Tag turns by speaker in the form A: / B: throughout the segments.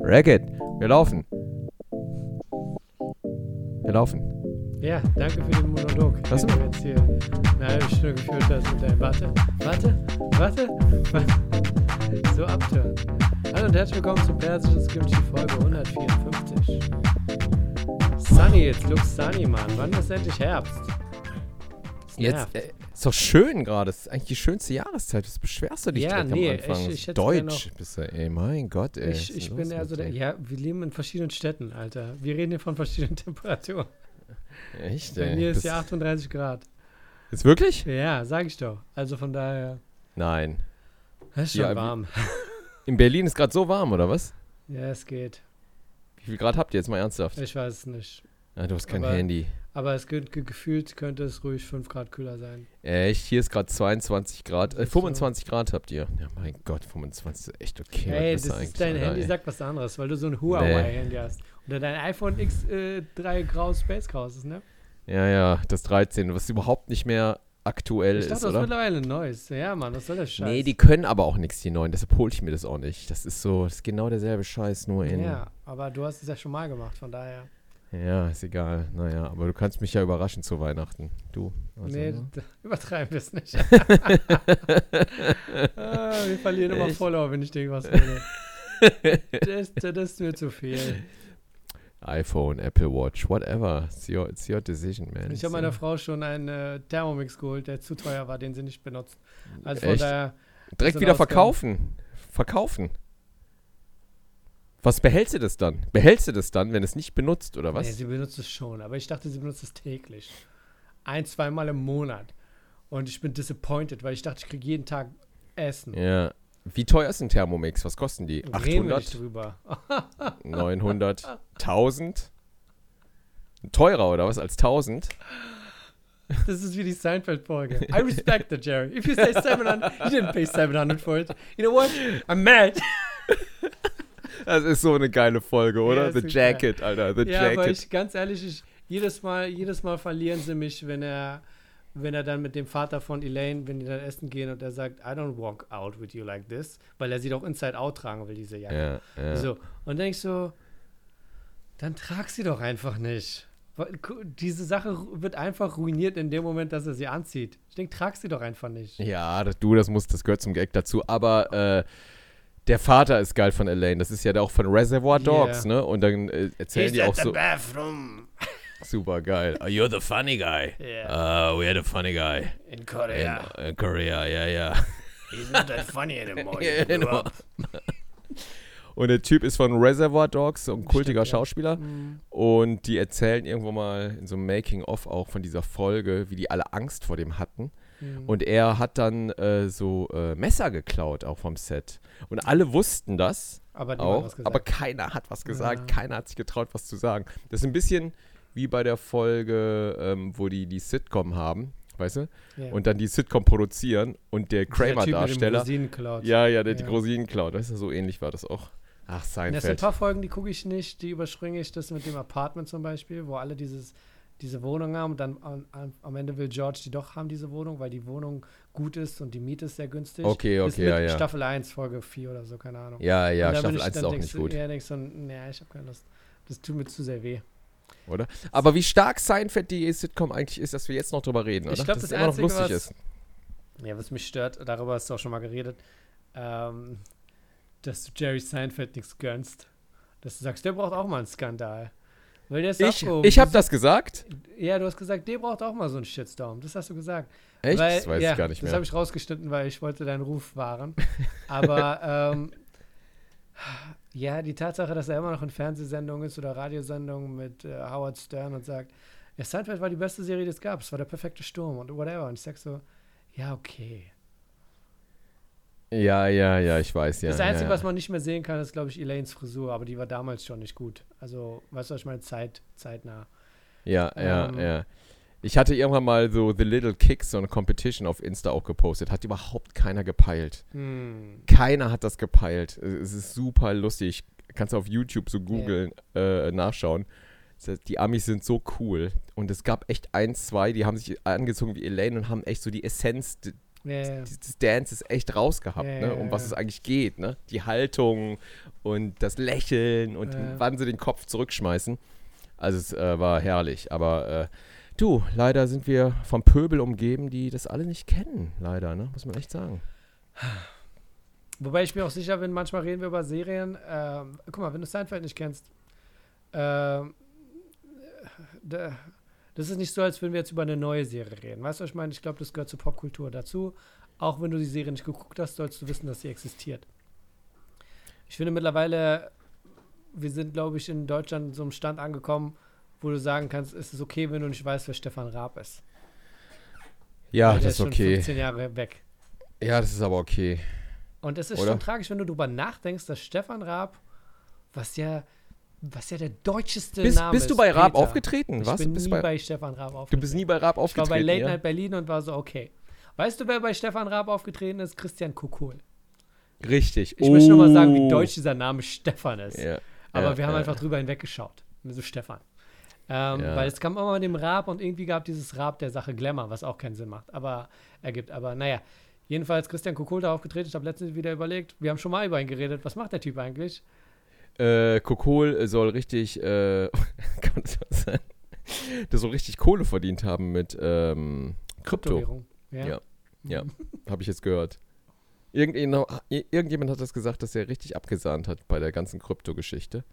A: Racket, wir laufen. Wir laufen.
B: Ja, danke für den Monolog.
A: Was
B: den du jetzt hier eine halbe Stunde geführt hast mit deinem Warte, Warte, Warte, Warte. So abtören. Hallo und herzlich willkommen zu Persisches Kimchi Folge 154. Sunny, jetzt looks sunny, Mann. Wann ist endlich Herbst? Das
A: Jetzt
B: nervt.
A: äh, ist doch schön gerade. Das ist eigentlich die schönste Jahreszeit. Was beschwerst du dich
B: Ja,
A: direkt
B: nee,
A: am Anfang?
B: ich-
A: Das
B: ich
A: ist
B: hätte sogar
A: Deutsch bist du, ey. Mein Gott, ey. was
B: ich
A: ist
B: ich
A: denn
B: bin
A: los
B: eher
A: mit
B: so der.
A: dir?
B: Ja, wir leben in verschiedenen Städten, Alter. Wir reden hier von verschiedenen Temperaturen.
A: Echt,
B: Bei
A: ey.
B: mir ist
A: Bist-
B: ja 38 Grad.
A: Ist wirklich?
B: Ja, sag ich doch. Also von daher.
A: Nein.
B: Das ist schon
A: Ja, wie-
B: warm.
A: In Berlin ist gerade so warm, oder was?
B: Ja, es geht.
A: Wie viel Grad habt ihr jetzt mal ernsthaft?
B: Ich weiß es nicht.
A: Ah, du hast kein
B: aber-
A: Handy.
B: Aber es geht, ge- gefühlt könnte es ruhig 5 Grad kühler sein.
A: Echt, hier ist gerade 22 Grad. Äh,
B: Siehst du?
A: 25 Grad habt ihr. Ja, mein Gott, 25 ist echt okay.
B: hey,
A: Was
B: das
A: bist du eigentlich,
B: ist dein
A: Alter,
B: Handy,
A: ey?
B: sagt was anderes, weil du so ein Huawei-Handy hast. Oder dein iPhone X3 Grau Space Grau ist, ne?
A: Ja, ja, das 13, was überhaupt nicht mehr aktuell
B: Ich dachte,
A: ist,
B: das ist
A: oder?
B: mittlerweile ein neues. Ja, Mann, was soll der Scheiß?
A: Nee, die können aber auch nichts, die neuen. Deshalb hole ich mir das auch nicht. Das ist so, das ist genau derselbe Scheiß, nur in. Ja,
B: Ja, aber du hast es ja schon mal gemacht, von daher.
A: ist egal. Naja, aber du kannst mich ja überraschen zu Weihnachten. Du. also,
B: nee,
A: ne?
B: d- übertreiben wir es nicht. ah, wir verlieren immer
A: Echt?
B: Follower, wenn ich dir was nenne. Das, das ist mir zu viel.
A: iPhone, Apple Watch, whatever. It's your, it's your decision, man.
B: Ich habe meiner Frau schon einen äh, Thermomix geholt, der zu teuer war, den sie nicht benutzt. Also von
A: Echt?
B: daher,
A: Direkt
B: sind
A: wieder
B: Ausgaben.
A: verkaufen. Verkaufen. Was behältst du das dann? Behältst du das dann, wenn es nicht benutzt oder was?
B: Nee, sie benutzt es schon, aber ich dachte, sie benutzt es täglich. Ein, zweimal im Monat. Und ich bin disappointed, weil ich dachte, ich kriege jeden Tag Essen.
A: ja. Wie teuer ist ein Thermomix? Was kosten die?
B: Und reden wir
A: 800?
B: nicht drüber.
A: 900, 1000. Teurer oder was als 1000?
B: Das ist wie die Seinfeld-Folge. I respect it, Jerry. If you say 700, you didn't pay 700 for it. You know what? I'm mad.
A: Das ist so eine geile Folge, oder?
B: Ja,
A: The
B: ist so geil.
A: Jacket, Alter. The
B: ja, aber
A: Jacket.
B: ich, ganz ehrlich, ich, jedes, Mal, jedes Mal verlieren sie mich, wenn er, wenn er dann mit dem Vater von Elaine, wenn die dann essen gehen und er sagt, I don't walk out with you like this, weil er sie doch inside out tragen will, diese Jacke.
A: Ja, ja.
B: So, und denk ich so, dann trag sie doch einfach nicht. Weil, gu- Diese Sache ru- wird einfach ruiniert in dem Moment, dass er sie anzieht. Ich denke, trag sie doch einfach nicht.
A: ja das, du, das muss, das gehört zum Gag dazu. Aber äh, der Vater ist geil von Elaine. Das ist ja der auch von Reservoir Dogs, ne? Und dann äh, erzählen die auch so.
B: bathroom
A: Super geil. Oh, you're the funny guy.
B: Yeah.
A: Uh, we had a funny guy
B: in
A: in,
B: Korea.
A: in Korea, ja, ja. Genau.
B: He's not that funny anymore.
A: you grew up. Und der Typ ist von Reservoir Dogs, so ein kultiger
B: ja. Mhm.
A: Schauspieler. Und die erzählen irgendwo mal in so einem Making-of auch von dieser Folge, wie die alle Angst vor dem hatten.
B: Mhm.
A: Und er hat dann äh, so äh, Messer geklaut, auch vom Set. Und alle wussten das
B: Aber die
A: auch,
B: was gesagt.
A: aber keiner hat was gesagt,
B: Ja.
A: keiner hat sich getraut, was zu sagen. Das ist ein bisschen wie bei der Folge, ähm, wo die die Sitcom haben, weißt du?
B: Ja.
A: und dann die Sitcom produzieren und der
B: Dieser Typ mit dem
A: Kramer-Darsteller.
B: Rosinenklaut.
A: Ja, ja, der die
B: Ja.
A: Rosinen klaut. Weißt du, so ähnlich war das auch. Ach,
B: Das sind ein
A: Seinfeld.
B: paar Folgen, die gucke ich nicht, die überspringe ich. Das mit dem Apartment zum Beispiel, wo alle dieses, diese Wohnung haben und dann am- am, am Ende will George die doch haben, diese Wohnung, weil die Wohnung gut ist und die Miete ist sehr günstig.
A: Okay,
B: ist
A: okay,
B: mit
A: ja, ja.
B: Staffel 1, Folge 4 oder so, keine Ahnung.
A: Ja, ja,
B: Und da bin
A: Staffel
B: ich-
A: 1
B: dann
A: ist auch
B: denkst
A: nicht
B: du-
A: gut,
B: Ja, denkst du, nee, ich habe keine Lust. Das tut mir zu sehr weh.
A: oder? Aber wie stark Seinfeld die Sitcom eigentlich ist, dass wir jetzt noch drüber reden, oder?
B: Ich glaub,
A: Dass
B: das
A: es immer noch
B: Einzige,
A: lustig
B: was-
A: ist.
B: Ja, was mich stört, darüber hast du auch schon mal geredet, ähm, dass du Jerry Seinfeld nichts gönnst. Dass du sagst, der braucht auch mal einen Skandal. Weil der ist
A: Ich,
B: abgehoben.
A: ich habe das gesagt.
B: Ja, du hast gesagt, der braucht auch mal so einen Shitstorm. Das hast du gesagt.
A: Echt?
B: Weil-
A: das weiß
B: ja,
A: ich gar nicht
B: Das
A: mehr.
B: habe ich rausgeschnitten, weil ich wollte deinen Ruf wahren. Aber ähm, ja, die Tatsache, dass er immer noch in Fernsehsendungen ist oder Radiosendungen mit äh, Howard Stern und sagt, ja, Seinfeld war die beste Serie, die es gab. Es war der perfekte Sturm und whatever. Und ich sag so, ja, okay.
A: Ja, ja, ja, ich weiß, ja.
B: das Einzige,
A: ja, ja.
B: was man nicht mehr sehen kann, ist, glaube ich, Elaines Frisur. Aber die war damals schon nicht gut. Also, weißt du, was ich meine? Zeit, zeitnah.
A: Ja, ja,
B: Ähm,
A: ja. Ich hatte irgendwann mal so The Little Kicks, so eine Competition auf Insta auch gepostet. Hat überhaupt keiner gepeilt.
B: Hm.
A: Keiner hat das gepeilt. Es ist super lustig. Kannst du auf YouTube so googeln, äh, nachschauen. Das heißt, Die Amis sind so cool. Und es gab echt ein, zwei, die haben sich angezogen wie Elaine und haben echt so die Essenz d-
B: Ja, ja.
A: dieses Dance ist echt rausgehabt,
B: Ja,
A: ne?
B: ja,
A: um
B: ja,
A: was
B: ja.
A: es eigentlich geht. Ne? Die Haltung und das Lächeln und
B: Ja.
A: wann sie den Kopf zurückschmeißen. Also es äh, war herrlich, aber äh, du, leider sind wir vom Pöbel umgeben, die das alle nicht kennen, leider, ne? muss man echt sagen.
B: Wobei ich mir auch sicher bin, manchmal reden wir über Serien. Ähm, guck mal, wenn du Seinfeld nicht kennst, ähm, da, das ist nicht so, als würden wir jetzt über eine neue Serie reden. Weißt du, was ich meine? Ich glaube, das gehört zur Popkultur dazu. Auch wenn du die Serie nicht geguckt hast, sollst du wissen, dass sie existiert. Ich finde mittlerweile, wir sind, glaube ich, in Deutschland in so einem Stand angekommen, wo du sagen kannst, es ist okay, wenn du nicht weißt, wer Stefan Raab ist.
A: Ja,
B: Weil der
A: das ist okay.
B: Schon 15 Jahre weg.
A: Ja, das ist aber okay.
B: Und es ist
A: Oder?
B: schon tragisch, wenn du darüber nachdenkst, dass Stefan Raab, was ja, was ja der deutscheste
A: Bist,
B: Name
A: bist du
B: ist,
A: bei Raab
B: Peter.
A: aufgetreten?
B: Ich
A: Was?
B: bin
A: Bist
B: nie
A: du
B: bei,
A: bei,
B: Stefan Raab aufgetreten.
A: du bist nie bei Raab
B: ich war
A: aufgetreten.
B: bei Late
A: ja?
B: Night Berlin und war so, okay. Weißt du, wer bei Stefan Raab aufgetreten ist? Christian Kukohl.
A: Richtig.
B: Ich möchte nur mal sagen, wie
A: Oh.
B: deutsch dieser Name Stefan ist.
A: Ja,
B: Aber
A: ja,
B: wir haben
A: ja.
B: einfach drüber hinweggeschaut. So Stefan. Ähm,
A: Ja.
B: Weil es kam immer mit dem Raab und irgendwie gab dieses Raab der Sache Glamour, was auch keinen Sinn macht, aber ergibt. Aber naja, jedenfalls Christian Kukohl darauf getreten. Ich habe letztens wieder überlegt, wir haben schon mal über ihn geredet. Was macht der Typ eigentlich?
A: Äh, Kokol soll richtig, äh, kann man das so sagen? Der soll richtig Kohle verdient haben mit ähm, Krypto.
B: Kryptowährung. Ja.
A: Ja. Ja, habe ich jetzt gehört. Irgendjemand, irgendjemand hat das gesagt, dass er richtig abgesahnt hat bei der ganzen Krypto-Geschichte.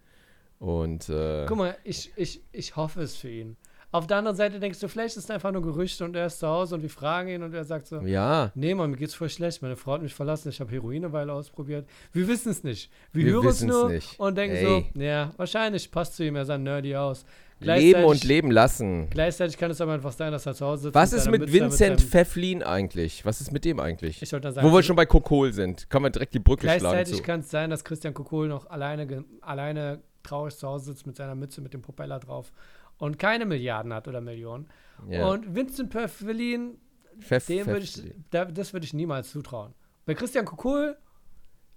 A: Und äh,
B: Guck mal, ich, ich, ich hoffe es für ihn. Auf der anderen Seite denkst du, vielleicht ist es einfach nur Gerüchte und er ist zu Hause und wir fragen ihn und er sagt so,
A: ja,
B: Nee, Mann, mir geht's voll schlecht. Meine Frau hat mich verlassen. Ich habe Heroineweile ausprobiert. Wir wissen es nicht. Wir,
A: Wir
B: hören es
A: wissen's
B: nur
A: nicht.
B: und denken
A: Ey.
B: so, ja, wahrscheinlich passt zu ihm, er sah nerdy aus.
A: leben und leben lassen.
B: Gleichzeitig kann es aber einfach sein, dass er zu Hause sitzt.
A: Was ist
B: seiner
A: mit
B: Mütze,
A: Vincent
B: seinem-
A: Pfefflin eigentlich? Was ist mit dem eigentlich?
B: Ich wollte nur sagen,
A: Wo wir schon bei Kokol sind, kann man direkt die Brücke schlagen.
B: gleichzeitig
A: Zu.
B: kann es sein, dass Christian Kokohl noch alleine, ge- alleine traurig zu Hause sitzt mit seiner Mütze, mit dem Propeller drauf und keine Milliarden hat oder Millionen.
A: Ja.
B: Und Vincent Pfefflin
A: Pfeff-
B: Dem würde ich,
A: Pfefflin.
B: da, das würde ich niemals zutrauen. Bei Christian Kukul,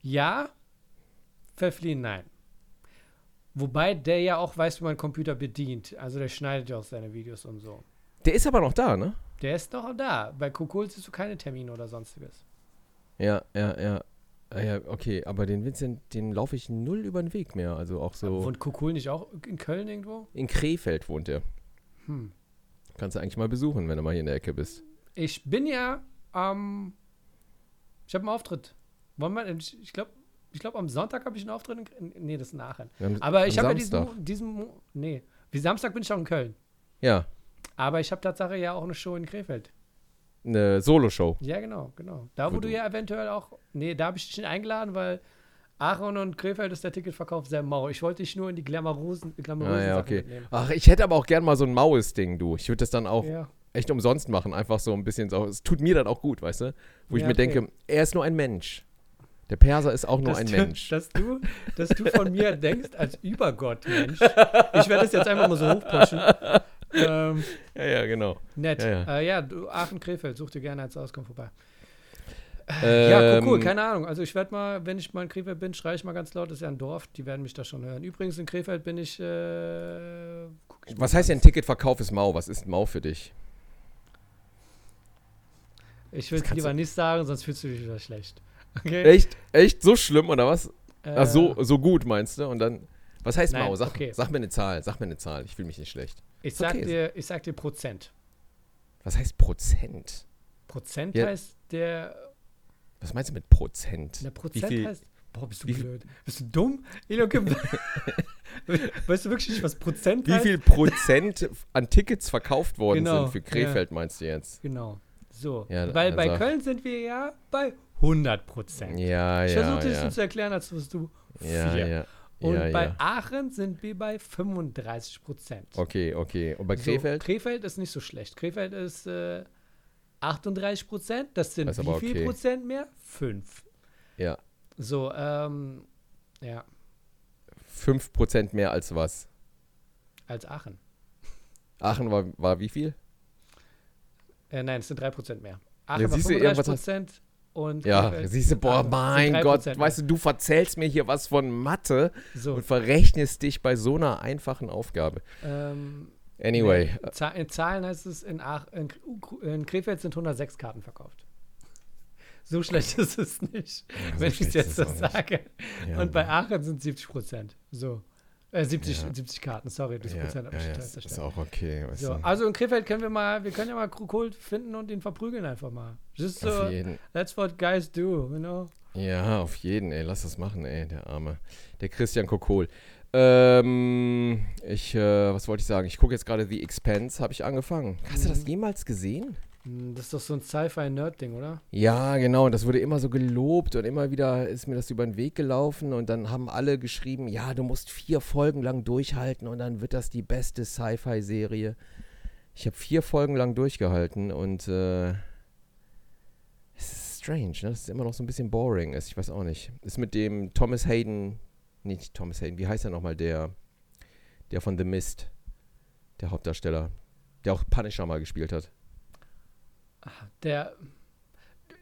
B: ja. Pfefflin, nein. Wobei der ja auch weiß, wie man Computer bedient. Also der schneidet ja auch seine Videos und so.
A: Der ist aber noch da, ne?
B: Der ist doch da. Bei Kukul siehst du keine Termine oder sonstiges.
A: Ja, ja, ja. Ah Ja, okay, aber den Vincent, den laufe ich null über den Weg mehr. Also auch so.
B: Wohnt Kukul nicht auch in Köln irgendwo?
A: In Krefeld wohnt er.
B: Hm.
A: Kannst du eigentlich mal besuchen, wenn du mal hier in der Ecke bist.
B: Ich bin ja am. ich habe einen Auftritt. Wollen wir, ich ich glaube, ich glaub, am Sonntag habe ich einen Auftritt. In, in, nee, das ist in Aachen.
A: Am-
B: Aber ich
A: am
B: habe ja
A: Samstag.
B: diesen, Mo- diesen. Mo- Nee, wie Samstag bin ich auch in Köln.
A: Ja,
B: Aber ich habe Tatsache ja auch eine Show in Krefeld.
A: eine Soloshow.
B: Ja, genau, genau. Da, wo,
A: Wo
B: du
A: du-
B: ja eventuell auch. Nee, da habe ich dich nicht eingeladen, weil Aachen und Krefeld ist der Ticketverkauf sehr mau. Ich wollte dich nur in die glamourosen,
A: Ah,
B: glamourosen
A: ja,
B: Sachen
A: okay.
B: mitnehmen.
A: Ach, ich hätte aber auch gern mal so ein maues Ding, du. Ich würde das dann auch
B: Ja.
A: echt umsonst machen. Einfach so ein bisschen so. Es tut mir dann auch gut, weißt du? Wo ich
B: Ja,
A: mir
B: okay.
A: denke, er ist nur ein Mensch. Der Perser ist auch nur
B: dass
A: ein
B: du,
A: Mensch.
B: Dass du, dass du von mir denkst als Übergott, Mensch. Ich werde das jetzt einfach mal so hochpushen. Ähm,
A: Ja, ja, genau.
B: nett.
A: Ja,
B: Ja,
A: ja.
B: Äh, ja du, Aachen, Krefeld, such dir gerne als Auskommen vorbei. ja,
A: Ähm,
B: cool, cool, keine Ahnung. Also ich werde mal, wenn ich mal in Krefeld bin, schreie ich mal ganz laut, das ist ja ein Dorf, die werden mich da schon hören. Übrigens, in Krefeld bin ich, äh, guck ich mal
A: Was heißt denn
B: ganz-
A: Ticketverkauf ist Mau? Was ist Mau für dich?
B: Ich will
A: Das
B: es
A: kannst
B: lieber nicht sagen, sonst fühlst du dich wieder schlecht. Okay?
A: Echt? Echt so schlimm oder was?
B: Äh,
A: Ach, so, so gut meinst du? Und dann. Was heißt
B: Nein,
A: Mau? Sag,
B: okay.
A: sag mir eine Zahl, sag mir eine Zahl. Ich fühle mich nicht schlecht.
B: Ich sag,
A: okay.
B: dir, ich sag dir Prozent.
A: Was heißt Prozent?
B: Prozent
A: Ja.
B: heißt der,
A: Was meinst du mit Prozent?
B: der Prozent
A: viel-
B: heißt, boah, bist du
A: wie viel-
B: blöd. Bist du dumm? Elon, gib- weißt du wirklich nicht, was Prozent
A: Wie
B: heißt?
A: viel Prozent an Tickets verkauft worden
B: Genau,
A: sind für Krefeld, meinst du jetzt?
B: Genau. So.
A: Ja,
B: Weil
A: dann
B: bei
A: sag.
B: Köln sind wir ja bei 100 Prozent.
A: Ja,
B: Ich
A: ja.
B: versuche dir das
A: ja.
B: so zu erklären, als wirst du
A: ja,
B: vier.
A: ja.
B: Und
A: ja,
B: bei
A: ja.
B: Aachen sind wir bei 35 Prozent.
A: Okay, okay. Und bei Krefeld?
B: So, Krefeld ist nicht so schlecht. Krefeld ist äh, 38 Prozent. Das sind
A: Das ist
B: wie
A: aber
B: viel
A: okay.
B: Prozent mehr? Fünf.
A: Ja.
B: So, ähm, ja,
A: 5% mehr als was?
B: als Aachen.
A: Aachen war, war wie viel?
B: Äh, nein, es sind drei Prozent mehr.
A: Ja,
B: Aachen war
A: siehst du,
B: 35
A: irgendwas
B: Prozent und
A: Ja,
B: Krefeld Also,
A: siehst du, boah,
B: sind
A: mein
B: 3%
A: Gott,
B: mehr.
A: weißt du, du verzählst mir hier was von Mathe
B: so,
A: und verrechnest dich bei so einer einfachen Aufgabe.
B: ähm,
A: Anyway, äh.
B: nee, Za- in Zahlen heißt es, in, Ach in, Kre- in Krefeld sind 106 Karten verkauft. So schlecht ist es nicht,
A: Also, so
B: wenn ich es
A: schlecht
B: jetzt
A: ist es
B: so
A: auch nicht.
B: sage.
A: Ja,
B: Und bei Aachen sind 70 Prozent. So. Äh, 70,
A: Ja.
B: 70 Karten, sorry, das
A: ja,
B: Prozent
A: ja,
B: habe ich
A: ja,
B: total
A: ist, ist
B: zerstört.
A: auch okay. Weißt
B: So,
A: du.
B: also in Krefeld können wir mal, wir können ja mal Krukol finden und ihn verprügeln einfach mal. Just so,
A: Auf jeden,
B: that's what guys do, you know?
A: ja, auf jeden, ey. Lass das machen, ey, der Arme. Der Christian Kokol. Ähm, ich, äh, was wollte ich sagen? Ich gucke jetzt gerade The Expanse, habe ich angefangen. Hast du das
B: Mhm.
A: jemals gesehen?
B: Hm, Das ist doch so ein Sci-Fi-Nerd-Ding, oder?
A: Ja, genau. Und das wurde immer so gelobt und immer wieder ist mir das über den Weg gelaufen und dann haben alle geschrieben, ja, du musst vier Folgen lang durchhalten und dann wird das die beste Sci-Fi-Serie. Ich habe vier Folgen lang durchgehalten und äh, es ist strange, ne? dass es immer noch so ein bisschen boring ist. Ich weiß auch nicht. Ist mit dem Thomas Hayden, nicht Thomas Hayden, wie heißt er nochmal, der, der von The Mist, der Hauptdarsteller, der auch Punisher mal gespielt hat.
B: Der,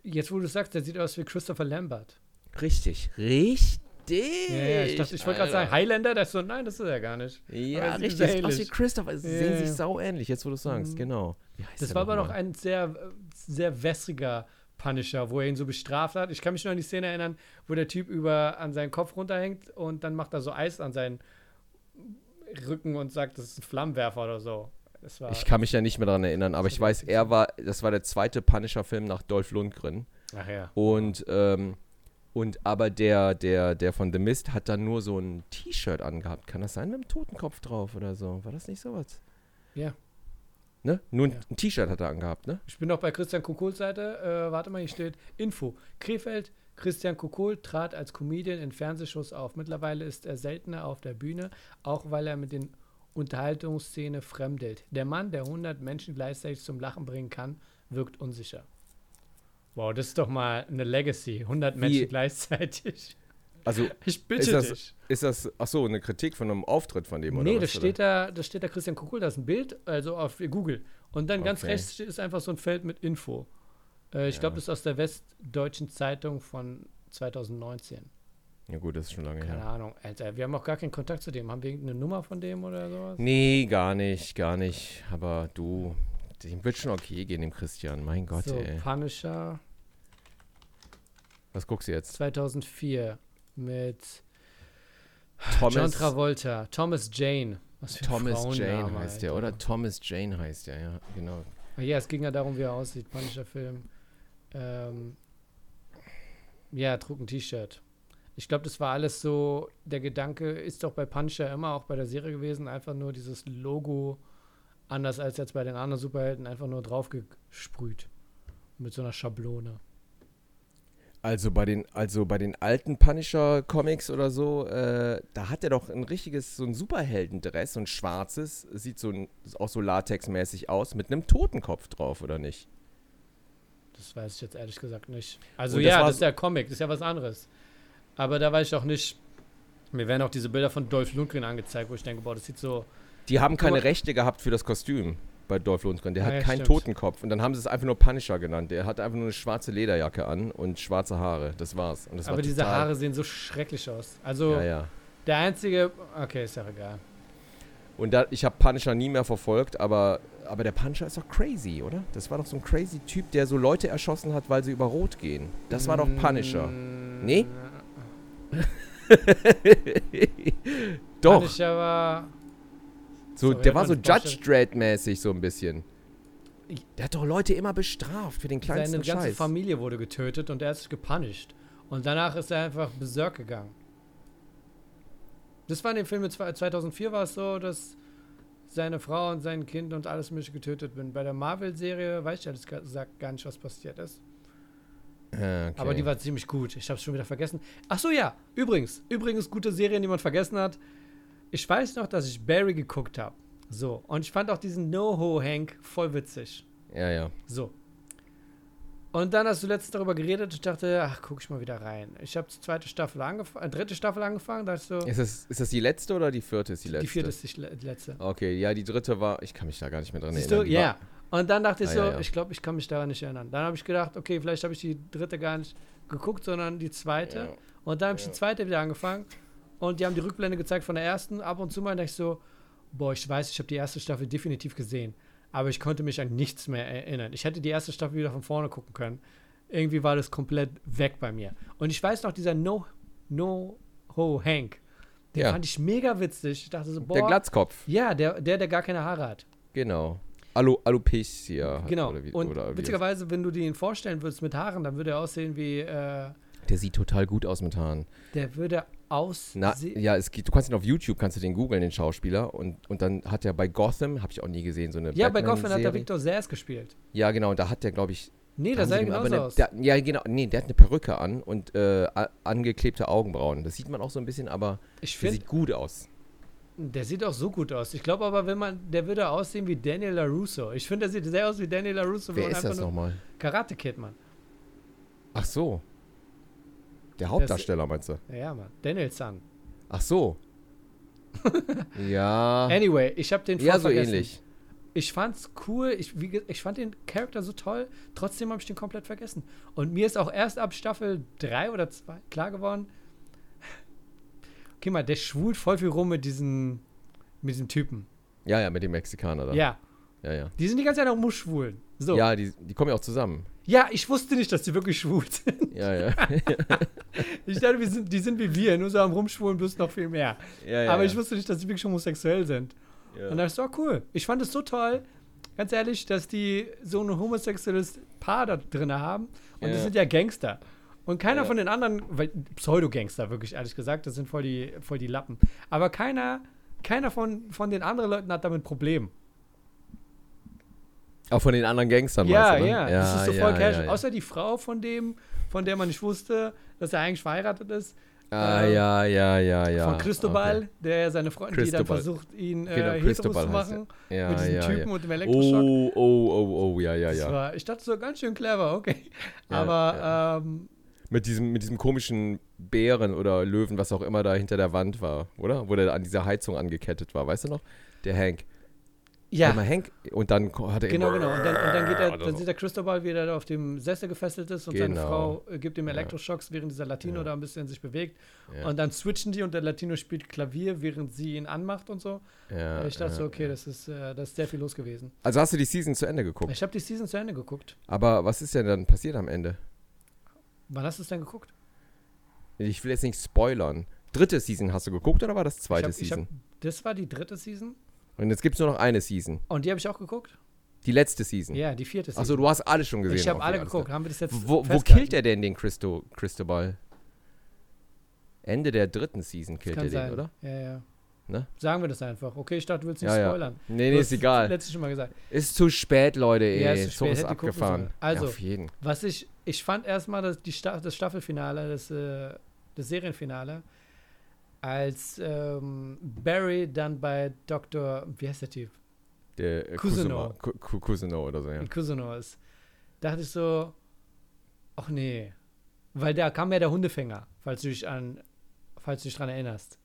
B: jetzt wo du sagst, der sieht aus wie Christopher Lambert.
A: Richtig, richtig.
B: Ja, ja, ich, dachte, ich wollte gerade sagen, Highlander, das ist so, nein, das ist er gar nicht.
A: Ja,
B: Aber sie
A: richtig.
B: sind
A: Das
B: ähnlich.
A: aussieht Christopher. Sie
B: Ja,
A: sehen
B: ja.
A: sich sau ähnlich, jetzt wo du sagst,
B: Mhm.
A: genau. Wie heißt
B: Das
A: der
B: war aber noch
A: mal?
B: ein sehr, äh, sehr wässriger Punisher, wo er ihn so bestraft hat. Ich kann mich noch an die Szene erinnern, wo der Typ über an seinen Kopf runterhängt und dann macht er so Eis an seinen Rücken und sagt, das ist ein Flammenwerfer oder so. Das war,
A: Ich kann mich ja nicht mehr daran erinnern, aber
B: Das
A: ich
B: war
A: weiß, er war, das war der zweite Punisher-Film nach Dolph Lundgren.
B: ach ja.
A: Und, ähm, und aber der, der, der von The Mist hat dann nur so ein T-Shirt angehabt. Kann das sein mit einem Totenkopf drauf oder so? War das nicht sowas?
B: Ja.
A: Ne? Nur ein,
B: Ja.
A: ein T-Shirt hat er angehabt, ne?
B: Ich bin noch bei Christian Kukuls Seite. Äh, warte mal, hier steht Info. Krefeld, Christian Kukul trat als Comedian in Fernsehshows auf. Mittlerweile ist er seltener auf der Bühne, auch weil er mit den Unterhaltungsszene fremdelt. Der Mann, der 100 Menschen gleichzeitig zum Lachen bringen kann, wirkt unsicher. Wow, das ist doch mal eine Legacy. 100 Menschen
A: Wie-
B: gleichzeitig.
A: Also
B: Ich
A: Ist
B: bitte
A: das-
B: dich.
A: ist das, ach so, eine Kritik von einem Auftritt von dem oder
B: Nee,
A: was,
B: das
A: oder?
B: steht, da, das steht da Christian Kukul, das ist ein Bild, also auf Google. Und dann ganz
A: Okay.
B: rechts steht- ist einfach so ein Feld mit Info. Äh, ich
A: Ja.
B: glaube, das ist aus der Westdeutschen Zeitung von 2019.
A: Ja gut, das ist schon lange her.
B: Keine Ahnung, Alter. Wir haben auch gar keinen Kontakt zu dem. Haben wir irgendeine Nummer von dem oder sowas?
A: Nee, gar nicht, gar nicht. Aber du, dem wird schon okay gehen, dem Christian. Mein oh Gott,
B: so,
A: ey.
B: Punisher
A: Was guckst du jetzt?
B: 2004 mit Ah, John
A: Thomas,
B: Travolta, Thomas Jane. Was für ein
A: Thomas Jane
B: Frauenname,
A: heißt der,
B: Alter.
A: oder? Thomas Jane heißt der, ja, genau.
B: Ah Ja, es ging ja darum, wie er aussieht, panischer Film. Ähm, ja, trug ein T-Shirt. Ich glaube, das war alles so, der Gedanke ist doch bei Punisher immer, auch bei der Serie gewesen, einfach nur dieses Logo, anders als jetzt bei den anderen Superhelden, einfach nur draufgesprüht. Mit so einer Schablone.
A: Also bei den, also bei den alten Punisher-Comics oder so, äh, da hat er doch ein richtiges, so ein Superheldendress, so ein schwarzes, sieht so ein, auch so latexmäßig aus, mit einem Totenkopf drauf, oder nicht?
B: Das weiß ich jetzt ehrlich gesagt nicht. Also
A: Und das
B: ja,
A: war
B: das ist
A: so-
B: ja Comic, das ist ja was anderes. Aber da weiß ich auch nicht, mir werden auch diese Bilder von Dolph Lundgren angezeigt, wo ich denke, boah, das sieht so,
A: Die haben keine
B: mal-
A: Rechte gehabt für das Kostüm bei Dolph Lundgren. Der
B: Ah,
A: hat
B: ja,
A: keinen
B: stimmt.
A: Totenkopf. Und dann haben sie es einfach nur Punisher genannt. Der hat einfach nur eine schwarze Lederjacke an und schwarze Haare. Das war's. Und das
B: aber
A: war
B: diese
A: total,
B: Haare sehen so schrecklich aus. Also,
A: Ja, ja.
B: der einzige. Okay, ist ja egal.
A: Und da, ich habe Punisher nie mehr verfolgt, aber, aber der Punisher ist doch crazy, oder? Das war doch so ein crazy Typ, der so Leute erschossen hat, weil sie über Rot gehen. Das war doch Punisher.
B: Mm, äh,
A: Nee?
B: Doch.
A: Doch,
B: Punisher war.
A: so,
B: Sorry,
A: der
B: hat
A: war
B: man
A: so
B: nicht
A: Judge
B: vorstellen.
A: Dredd-mäßig so ein bisschen. Der hat doch Leute immer bestraft für den kleinsten
B: Seine ganze
A: Scheiß.
B: Familie wurde getötet und er ist gepunished. Und danach ist er einfach berserk gegangen. Das war in dem Film mit zwei- 2004 war es so, dass seine Frau und sein Kind und alles Mögliche getötet werden. Bei der Marvel-Serie weiß ich ehrlich gesagt gar nicht, was passiert ist.
A: Ah, okay.
B: Aber die war ziemlich gut. Ich habe es schon wieder vergessen. Ach so, ja. Übrigens, übrigens gute Serien, die man vergessen hat. Ich weiß noch, dass ich Barry geguckt habe. So, und ich fand auch diesen No-Ho-Hank voll witzig.
A: ja, ja.
B: So. Und dann hast du letztens darüber geredet. Ich dachte, ach, guck ich mal wieder rein. Ich habe die zweite Staffel angefangen, äh, dritte Staffel angefangen. Da hast du,
A: Ist das, ist das die letzte oder die vierte ist die letzte?
B: die vierte ist die le- die letzte.
A: Okay, ja, die dritte war, ich kann mich da gar nicht mehr dran
B: Siehst du?
A: erinnern. die
B: Ja. Und dann dachte ich
A: Ah,
B: so,
A: ja, ja.
B: ich glaube, ich kann mich daran nicht erinnern. Dann habe ich gedacht, okay, vielleicht habe ich die dritte gar nicht geguckt, sondern die zweite.
A: War,
B: Und dann habe ich die zweite wieder angefangen. Und die haben die Rückblende gezeigt von der ersten. Ab und zu mal dachte ich so, boah, ich weiß, ich habe die erste Staffel definitiv gesehen. Aber ich konnte mich an nichts mehr erinnern. Ich hätte die erste Staffel wieder von vorne gucken können. irgendwie war das komplett weg bei mir. Und ich weiß noch, dieser No, no Ho Hank, den
A: Ja.
B: fand ich mega witzig. Ich dachte so, boah.
A: Der Glatzkopf.
B: Ja, der, der, der gar keine Haare hat.
A: Genau. Alu, Alopecia. hat-
B: Genau.
A: Oder wie,
B: und
A: oder wie
B: witzigerweise, wenn du den vorstellen würdest mit Haaren, dann würde er aussehen wie, äh,
A: das- Der sieht total gut aus mit Haaren.
B: der würde aussehen.
A: Na, ja, es gibt, du kannst ihn auf YouTube, kannst du den googeln, den Schauspieler. Und, und dann hat er bei Gotham, habe ich auch nie gesehen, so eine
B: ja, bei Goffin hat
A: Batman-Serie.
B: der Victor Sass gespielt.
A: Ja, genau, und da hat der, glaube ich,
B: Nee,
A: da
B: der
A: haben sie
B: sah
A: dem aber
B: genauso
A: eine,
B: aus.
A: Der, ja, genau, nee, der hat eine Perücke an und äh, a- angeklebte Augenbrauen. Das sieht man auch so ein bisschen, aber
B: ich
A: der
B: finde,
A: sieht gut aus.
B: der sieht auch so gut aus. Ich glaube aber, wenn man, der würde aussehen wie Daniel LaRusso. Ich finde, der sieht sehr aus wie Daniel LaRusso.
A: Wer
B: wenn man
A: ist
B: einfach
A: das
B: nur-
A: nochmal?
B: Karate Kid, Mann.
A: Ach so. Der Hauptdarsteller, meinst du?
B: Ja, Mann. Daniel San.
A: Ach so. ja.
B: Anyway, ich habe den voll
A: Ah. Ja, so
B: vergessen.
A: ähnlich.
B: Ich fand's cool, ich, wie, ge- ich fand den Charakter so toll, trotzdem habe ich den komplett vergessen. Und mir ist auch erst ab Staffel 3 oder 2 klar geworden, okay mal, der schwult voll viel rum mit diesen, mit diesem Typen.
A: Ja, ja, mit dem Mexikaner da.
B: Ja.
A: ja. Ja,
B: die sind die ganze Zeit auch nur schwulen. So. Ja.
A: ja die, die kommen ja auch zusammen.
B: ich wusste nicht, dass die wirklich schwul sind.
A: Ja, ja.
B: Ich dachte, wir sind, die sind wie wir, nur so am Rumschwulen, bloß noch viel mehr.
A: ja, ja
B: Aber
A: ja.
B: ich wusste nicht, dass die wirklich homosexuell sind.
A: Ja.
B: Und das war cool. Ich fand es so toll, ganz ehrlich, dass die so ein homosexuelles Paar da drin haben. Und
A: Ja.
B: das sind ja Gangster. Und keiner
A: Ja.
B: von den anderen, weil Pseudo-Gangster, wirklich, ehrlich gesagt, das sind voll die, voll die Lappen. Aber keiner, keiner von, von den anderen Leuten hat damit Probleme.
A: Auch von den anderen Gangstern,
B: Ja,
A: meinst du, ne?
B: ja, das ist so voll casual.
A: ja.
B: Außer die Frau von dem, von der man nicht wusste, dass er eigentlich verheiratet ist.
A: Ah,
B: äh,
A: ja, ja, ja, ja.
B: von Cristobal, der ja seine Freundin, die dann
A: Cristobal.
B: versucht, ihn
A: Genau,
B: äh, hetero
A: Cristobal
B: zu
A: heißt er.
B: machen.
A: Okay. Ja,
B: mit diesem
A: ja,
B: Typen
A: ja.
B: und dem Elektroschock.
A: Oh, oh, oh, oh, ja, ja,
B: Das
A: ja.
B: war, ich dachte so ganz schön clever, okay.
A: Ja,
B: Aber
A: ja.
B: Ähm,
A: Mit diesem, mit diesem komischen Bären oder Löwen, was auch immer da hinter der Wand war, oder? Wo der an dieser Heizung angekettet war, weißt du noch? Der Hank.
B: ja,
A: Einmal Hank und dann ko- hat er
B: genau,
A: immer-
B: genau. Und dann, und dann, geht er,
A: oder
B: dann
A: so.
B: sieht der Cristobal, wie er da auf dem Sessel gefesselt ist und seine
A: Genau.
B: Frau äh, gibt ihm
A: Ja.
B: Elektroschocks, während dieser Latino
A: Ja.
B: da ein bisschen sich bewegt.
A: Ja.
B: Und dann switchen die und der Latino spielt Klavier, während sie ihn anmacht und so.
A: Ja,
B: genau. ich dachte
A: ja,
B: so, okay,
A: ja.
B: das ist, äh, das ist sehr viel los gewesen.
A: Also hast du die Season zu Ende geguckt.
B: Ich habe die Season zu Ende geguckt.
A: Aber was ist denn dann passiert am Ende?
B: Wann hast du es denn geguckt?
A: Ich will jetzt nicht spoilern. Dritte Season hast du geguckt oder war das zweite
B: ich hab,
A: Season?
B: Ich hab, das war die dritte Season
A: Und jetzt gibt es nur noch eine Season.
B: und die habe ich auch geguckt.
A: Die letzte Season.
B: Ja, die vierte Season.
A: Achso, du hast alle schon Hm. gesehen.
B: ich habe
A: Okay,
B: alle
A: alles
B: geguckt. Haben wir das jetzt
A: Wo, wo
B: festgehalten?
A: killt er denn den Christo, Christobal? Ende der dritten Season killt
B: Kann
A: er
B: sein.
A: den, oder?
B: Ja, ja.
A: Ne?
B: Sagen wir das einfach. Okay, ich dachte, du willst nicht
A: Ja, ja.
B: spoilern.
A: Nee,
B: Du
A: nee,
B: hast
A: ist egal.
B: Letztes schon mal gesagt.
A: Ist zu spät, Leute, ey.
B: Ja, ist zu
A: So
B: spät,
A: ist
B: hätte gucken
A: abgefahren.
B: sollen. Also-
A: ja, auf jeden.
B: Was ich, ich fand erstmal das, die Sta das Staffelfinale, das, äh, das Serienfinale, als ähm, Barry dann bei Dr. Wie heißt der Typ?
A: Der äh,
B: Cousineau.
A: Cousineau. Cou- Cousineau oder so, ja.
B: In Cousineau ist. Dachte ich so, ach nee. Weil da kam ja der Hundefänger, falls du dich an, falls du dich dran erinnerst.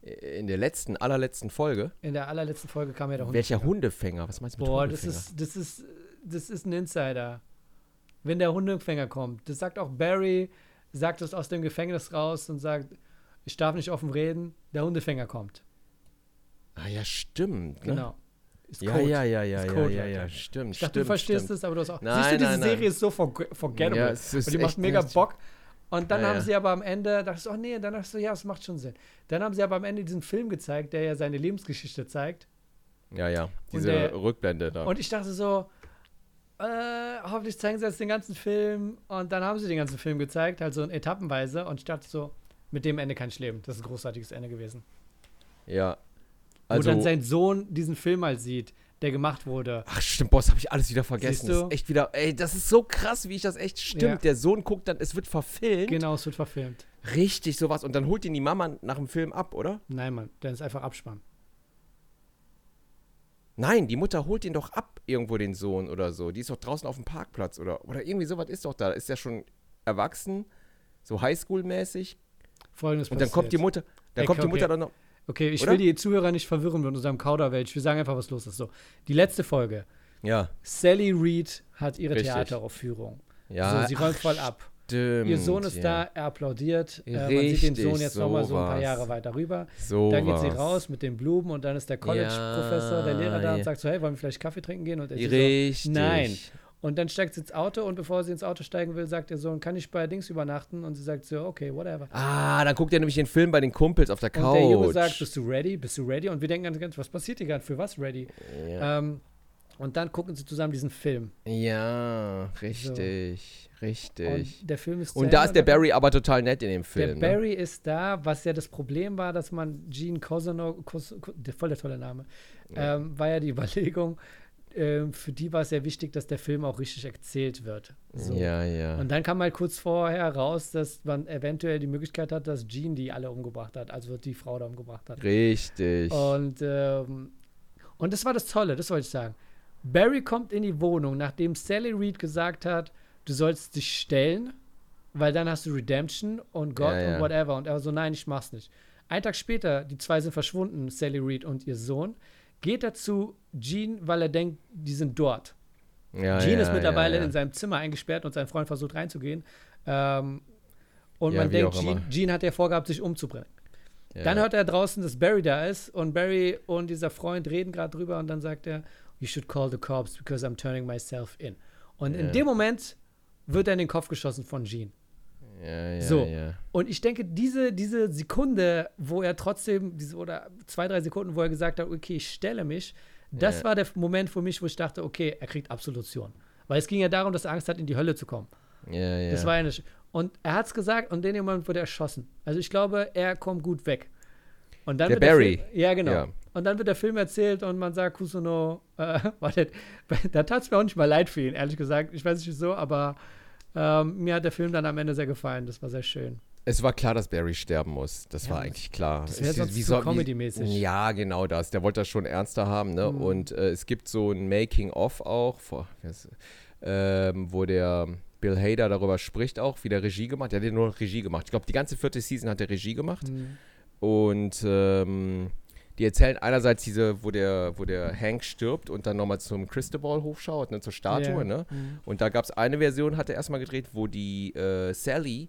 A: In der letzten, allerletzten Folge.
B: In der allerletzten Folge kam ja der Hundefänger.
A: Welcher Hundefänger? Was meinst du mit
B: Boah, das
A: Hundefänger?
B: ist, das ist, das ist ein Insider. Wenn der Hundefänger kommt, das sagt auch Barry, sagt es aus dem Gefängnis raus und sagt, ich darf nicht offen reden, der Hundefänger kommt.
A: ah ja, stimmt. Ne?
B: Genau. Ist
A: Ja,
B: Code.
A: ja, ja, ja,
B: Ist
A: ja,
B: Code,
A: ja,
B: Leute.
A: ja, stimmt,
B: Ich dachte,
A: stimmt,
B: du verstehst
A: stimmt.
B: es, aber du hast auch.
A: Nein,
B: Siehst du, diese
A: nein, nein.
B: Serie ist so forg- forgettable.
A: Ja, es ist
B: und die macht
A: echt
B: mega
A: nicht-
B: Bock. Und dann
A: Ja,
B: haben
A: ja.
B: sie aber am Ende, dachte ich so, oh nee, dann dachte ich so, ja, es macht schon Sinn. Dann haben sie aber am Ende diesen Film gezeigt, der ja seine Lebensgeschichte zeigt.
A: Ja, ja, diese
B: der-
A: Rückblende da.
B: Und ich dachte so, äh, hoffentlich zeigen sie jetzt den ganzen Film. Und dann haben sie den ganzen Film gezeigt, halt so in etappenweise. Und ich dachte so, mit dem Ende kann ich leben. Das ist ein großartiges Ende gewesen.
A: ja.
B: Wo
A: Also,
B: dann sein Sohn diesen Film mal sieht, der gemacht wurde.
A: ach stimmt, Boss, habe ich alles wieder vergessen.
B: Siehst
A: Das
B: du?
A: ist echt wieder, ey, das ist so krass, wie ich das echt stimmt.
B: Ja.
A: Der Sohn guckt dann, es wird verfilmt.
B: Genau, es wird verfilmt.
A: Richtig, sowas. Und dann holt ihn die Mama nach dem Film ab, oder?
B: Nein, Mann, dann ist einfach Abspann.
A: Nein, die Mutter holt ihn doch ab, irgendwo den Sohn oder so. Die ist doch draußen auf dem Parkplatz oder, oder irgendwie sowas ist doch da. Ist ja schon erwachsen, so Highschool-mäßig.
B: Folgendes
A: Und dann kommt die
B: passiert.
A: Mutter, dann
B: Ey,
A: kommt die
B: okay.
A: Mutter dann noch.
B: Okay, ich
A: oder?
B: will die Zuhörer nicht verwirren mit unserem Kauderwelsch. Wir sagen einfach, was los ist. So, die letzte Folge.
A: Ja,
B: Sally Reed hat ihre
A: Richtig.
B: Theateraufführung.
A: ja.
B: so, sie räumt
A: ach,
B: voll ab.
A: Stimmt,
B: Ihr Sohn ist
A: ja.
B: da, er applaudiert. Äh, man sieht den
A: Richtig,
B: Sohn jetzt nochmal so ein paar
A: sowas.
B: Jahre weiter rüber.
A: So
B: dann geht sie
A: was.
B: raus mit den Blumen und dann ist der College-Professor, der Lehrer da
A: Ja,
B: und sagt so, hey, wollen wir vielleicht Kaffee trinken gehen? Und er so,
A: Richtig.
B: nein. Und dann steigt sie ins Auto und bevor sie ins Auto steigen will, sagt ihr Sohn, kann ich bei Dings übernachten? Und sie sagt so, okay, whatever.
A: Ah, dann guckt er nämlich den Film bei den Kumpels auf der
B: Und
A: Couch.
B: der Junge sagt, bist du ready? Bist du ready? Und wir denken ganz, ganz, was passiert hier gerade? Für was ready?
A: ja.
B: Ähm, und dann gucken sie zusammen diesen Film.
A: ja, richtig, richtig.
B: Und der Film ist zu
A: Und, da
B: Ende
A: ist der
B: dann-
A: Barry aber total nett in dem Film.
B: Der
A: ne?
B: Barry ist da, was ja das Problem war, dass man Gene Cosano, Cos, Co- der- voll der tolle Name, ähm, war ja die Überlegung, ähm, für die war es sehr wichtig, dass der Film auch richtig erzählt wird. So.
A: Ja, ja.
B: Und dann kam halt kurz vorher raus, dass man eventuell die Möglichkeit hat, dass Jean die alle umgebracht hat, also die Frau da umgebracht hat.
A: richtig.
B: Und, ähm, und das war das Tolle, das wollte ich sagen. Barry kommt in die Wohnung, nachdem Sally Reed gesagt hat, du sollst dich stellen, weil dann hast du Redemption und Gott
A: Ja, ja.
B: und whatever. Und er war so, nein, ich mach's nicht. Einen Tag später, die zwei sind verschwunden, Sally Reed und ihr Sohn, geht dazu Jean, weil er denkt, die sind dort.
A: ja, Ah,
B: Gene
A: ja,
B: ist mittlerweile
A: ja, ja.
B: in seinem Zimmer eingesperrt und sein Freund versucht reinzugehen. Ähm, und
A: Ja,
B: man
A: wie
B: denkt,
A: auch
B: Gene,
A: immer.
B: Gene hat ja vorgehabt, sich umzubringen.
A: ja.
B: Dann hört er draußen, dass Barry da ist und Barry und dieser Freund reden gerade drüber und dann sagt er, You should call the cops because I'm turning myself in. Und in
A: Ja.
B: dem Moment wird er in den Kopf geschossen von Gene.
A: Ja, ja,
B: So.
A: Ja.
B: Und ich denke, diese, diese Sekunde, wo er trotzdem, diese, oder zwei, drei Sekunden, wo er gesagt hat, okay, ich stelle mich, das
A: Ja.
B: war der Moment für mich, wo ich dachte, okay, er kriegt Absolution. Weil es ging ja darum, dass er Angst hat, in die Hölle zu kommen.
A: Ja, ja.
B: Das war ja nicht. Und er hat es gesagt und in dem Moment wurde er erschossen. Also ich glaube, er kommt gut weg. Und dann
A: Der
B: wird der
A: Barry.
B: Film, ja, genau.
A: Ja.
B: Und dann wird der Film erzählt und man sagt, Kusuno, äh, wartet, da tat es mir auch nicht mal leid für ihn, ehrlich gesagt. Ich weiß nicht wieso, aber ähm, mir hat der Film dann am Ende sehr gefallen. Das war sehr schön.
A: es war klar, dass Barry sterben muss. Das
B: Ja,
A: war eigentlich klar.
B: das wär
A: Es-
B: sonst zu
A: soll-
B: Comedy-mäßig.
A: Ja, genau das. Der wollte das schon ernster haben. Ne?
B: Mhm.
A: Und äh, es gibt so ein Making-of auch, vor, was- ähm, wo der Bill Hader darüber spricht auch, wie der Regie gemacht. Der hat ja nur noch Regie gemacht. Ich glaube, die ganze vierte Season hat er Regie gemacht.
B: Hm,
A: Und ähm, die erzählen einerseits diese, wo der, wo der Hank stirbt und dann nochmal zum Cristobal hochschaut, ne, zur Statue,
B: Ja.
A: ne?
B: Mhm.
A: Und da gab es eine Version, hat er erstmal gedreht, wo die äh, Sally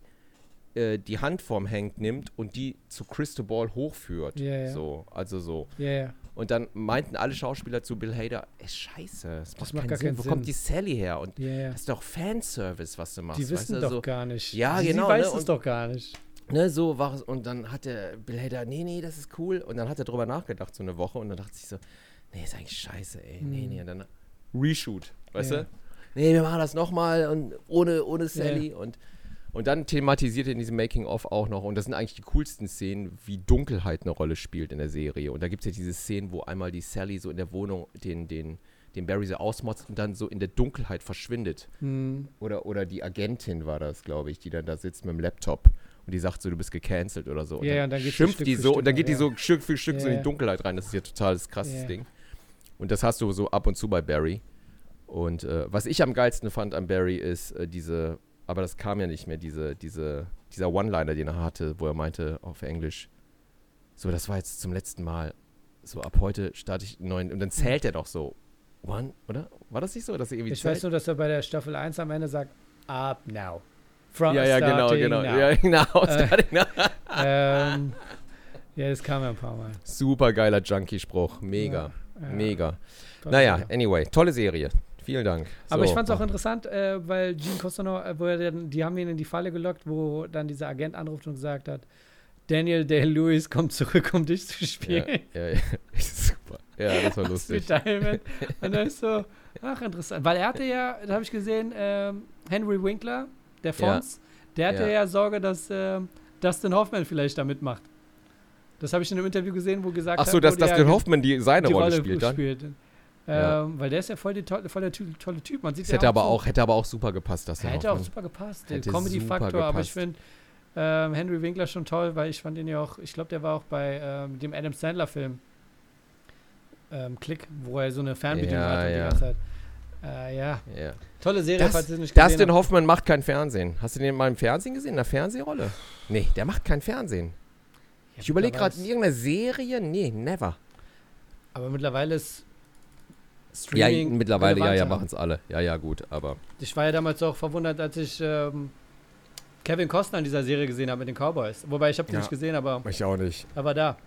A: äh, die Hand vom Hank nimmt und die zu Cristobal hochführt.
B: Ja, ja.
A: So, also so.
B: Ja, ja.
A: Und dann meinten alle Schauspieler zu Bill Hader, ey, scheiße, das, macht,
B: macht
A: keinen
B: gar
A: Sinn.
B: keinen
A: Wo
B: Sinn.
A: kommt die Sally her? Und
B: ja, ja.
A: das ist doch Fanservice, was du also machst.
B: Die wissen
A: weißt du?
B: doch
A: so,
B: gar nicht.
A: Ja,
B: Sie
A: genau,
B: Sie weiß
A: ne?
B: es
A: Und-
B: doch gar nicht.
A: ne, so war es. Und dann hat der Bill Hader, nee, nee, das ist cool. Und dann hat er drüber nachgedacht, so eine Woche. Und dann dachte ich so, nee, ist eigentlich scheiße, ey. Nee,
B: Mhm.
A: nee. Und dann Reshoot, weißt
B: Ja.
A: du? Nee, wir machen das nochmal und ohne, ohne Sally. Und, und dann thematisiert er in diesem Making-of auch noch. Und das sind eigentlich die coolsten Szenen, wie Dunkelheit eine Rolle spielt in der Serie. Und da gibt es ja diese Szenen, wo einmal die Sally so in der Wohnung den, den, den Barry so ausmotzt und dann so in der Dunkelheit verschwindet.
B: Hm.
A: Oder, oder die Agentin war das, glaube ich, die dann da sitzt mit dem Laptop und die sagt so, du bist gecancelt oder so. Und
B: Ja, ja,
A: dann,
B: und dann geht's so
A: schimpft
B: Stück
A: die
B: für
A: so
B: Stück
A: und dann geht die
B: nach,
A: so Stück für Stück so
B: Ja,
A: in
B: ja.
A: die Dunkelheit rein. Das ist ja total das krasses
B: Ja.
A: Ding. Und das hast du so ab und zu bei Barry. Und äh, was ich am geilsten fand an Barry ist äh, diese, aber das kam ja nicht mehr, diese, diese, dieser One-Liner, den er hatte, wo er meinte auf Englisch, so, das war jetzt zum letzten Mal. So, ab heute starte ich einen neuen. Und dann zählt er doch so. One, oder? War das nicht so? Dass er irgendwie
B: Ich
A: zählt?
B: weiß nur, dass er bei der Staffel 1 am Ende sagt, up now. From
A: ja, ja, genau,
B: starting
A: genau.
B: now.
A: Ja, genau.
B: Äh.
A: starting now.
B: ähm, ja, das kam ja ein paar Mal.
A: Super geiler Junkie-Spruch. Mega,
B: Ja, ja,
A: mega.
B: tolle
A: Naja,
B: Sache.
A: anyway, tolle Serie. Vielen Dank.
B: Aber
A: So.
B: ich fand es auch interessant, äh, weil Gene Costano, äh, wo er dann, die haben ihn in die Falle gelockt, wo dann dieser Agent anruft und gesagt hat, Daniel Day-Lewis kommt zurück, um dich zu
A: Ja,
B: spielen.
A: ja, ja. Super. Ja, das war lustig.
B: Sweet Diamond. Und dann ist so, ach interessant. Weil er hatte ja, da habe ich gesehen, ähm, Henry Winkler, der Fons, der hatte ja,
A: Ja.
B: Sorge, dass ähm, Dustin Hoffman vielleicht da mitmacht. Das habe ich in einem Interview gesehen, wo gesagt
A: Ach so,
B: hat,
A: dass
B: wo der
A: Dustin Hoffman die, seine
B: die
A: Rolle, spielt dann.
B: Ähm,
A: Ja.
B: Weil der ist ja voll, die tolle, voll der Ty- tolle Typ. Man sieht
A: Das
B: ja
A: hätte aber
B: so-
A: auch, hätte aber auch super gepasst, Dustin
B: Hätte auch
A: Hoffman.
B: super gepasst. Der
A: Hätte
B: Comedy-Faktor,
A: super
B: aber ich finde
A: gepasst.
B: ähm, Henry Winkler schon toll, weil ich fand ihn ja auch, ich glaube, der war auch bei ähm, dem Adam Sandler-Film ähm, Click, wo er so eine Fernbedienung
A: Ja,
B: hatte die
A: ja.
B: ganze Zeit. Äh, ja,
A: Ja.
B: tolle Serie,
A: Das-
B: falls ihr sie nicht gesehen
A: Dustin Hoffman macht kein Fernsehen. Hast du den mal im Fernsehen gesehen? In der Fernsehrolle? Nee, der macht kein Fernsehen.
B: habt.
A: Ich überlege
B: mittlerweile
A: gerade, in irgendeiner Serie? Nee, never.
B: ist- Aber mittlerweile ist
A: Ja,
B: Streaming
A: mittlerweile, ja, ja,
B: relevanter.
A: machen es alle. Ja, ja, gut, aber.
B: Ich war ja damals auch verwundert, als ich ähm, Kevin Costner in dieser Serie gesehen habe mit den Cowboys. Wobei, ich habe die
A: Ja.
B: nicht gesehen, aber
A: Ich auch nicht.
B: er war da.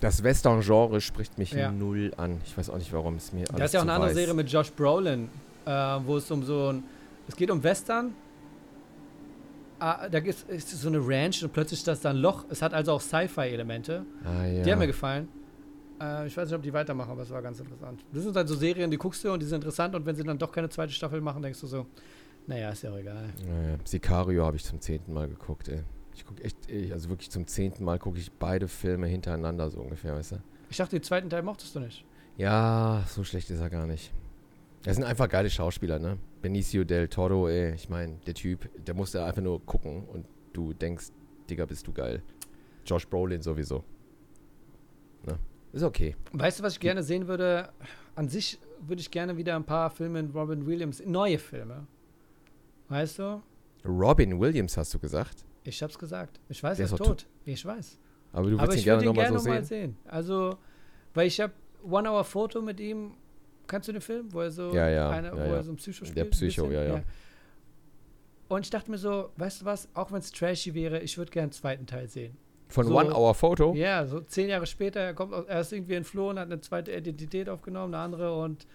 A: Das Western-Genre spricht mich
B: Ja.
A: null an. Ich weiß auch nicht, warum es mir
B: da
A: alles
B: ist ja auch
A: zu
B: eine andere
A: weiß.
B: Serie mit Josh Brolin, äh, wo es um so ein. Es geht um Western. Ah, da gibt's, ist so eine Ranch und plötzlich ist das dann Loch. Es hat also auch Sci-Fi-Elemente.
A: Ah, ja.
B: Die haben mir gefallen. Äh, ich weiß nicht, ob die weitermachen, aber es war ganz interessant. Das sind halt so Serien, die guckst du und die sind interessant und wenn sie dann doch keine zweite Staffel machen, denkst du so, naja, ist ja auch egal.
A: Naja, Sicario habe ich zum zehnten Mal geguckt, ey. Ich gucke echt, ey, also wirklich zum zehnten Mal gucke ich beide Filme hintereinander, so ungefähr, weißt du?
B: Ich dachte, den zweiten Teil mochtest du nicht.
A: Ja, so schlecht ist er gar nicht. Das sind einfach geile Schauspieler, ne? Benicio del Toro, ey. Ich meine, der Typ, der musste einfach nur gucken und du denkst, Digga, bist du geil. Josh Brolin sowieso. Ne? Ist okay.
B: Weißt du, was ich gerne sehen würde? An sich würde ich gerne wieder ein paar Filme in Robin Williams, neue Filme. Weißt du?
A: Robin Williams hast du gesagt?
B: Ich hab's gesagt. Ich weiß,
A: Der
B: er
A: ist
B: ist
A: doch
B: tot. Ich weiß.
A: Aber du
B: Aber
A: willst ihn
B: ich
A: gerne
B: würde ihn
A: nochmal
B: gerne
A: so
B: nochmal
A: sehen.
B: sehen. Also, weil ich habe One Hour Foto mit ihm. Kannst du den Film, wo er so
A: Ja, ja,
B: eine,
A: ja,
B: wo
A: ja.
B: er so ein Psycho
A: Der
B: spielt? ein
A: Psycho,
B: bisschen?
A: ja, ja.
B: Und ich dachte mir so, weißt du was? Auch wenn es trashy wäre, ich würde gerne einen zweiten Teil sehen.
A: Von
B: So.
A: One Hour Photo?
B: Ja, so zehn Jahre später, er kommt, aus- er ist irgendwie entflohen, hat eine zweite Identität aufgenommen, eine andere und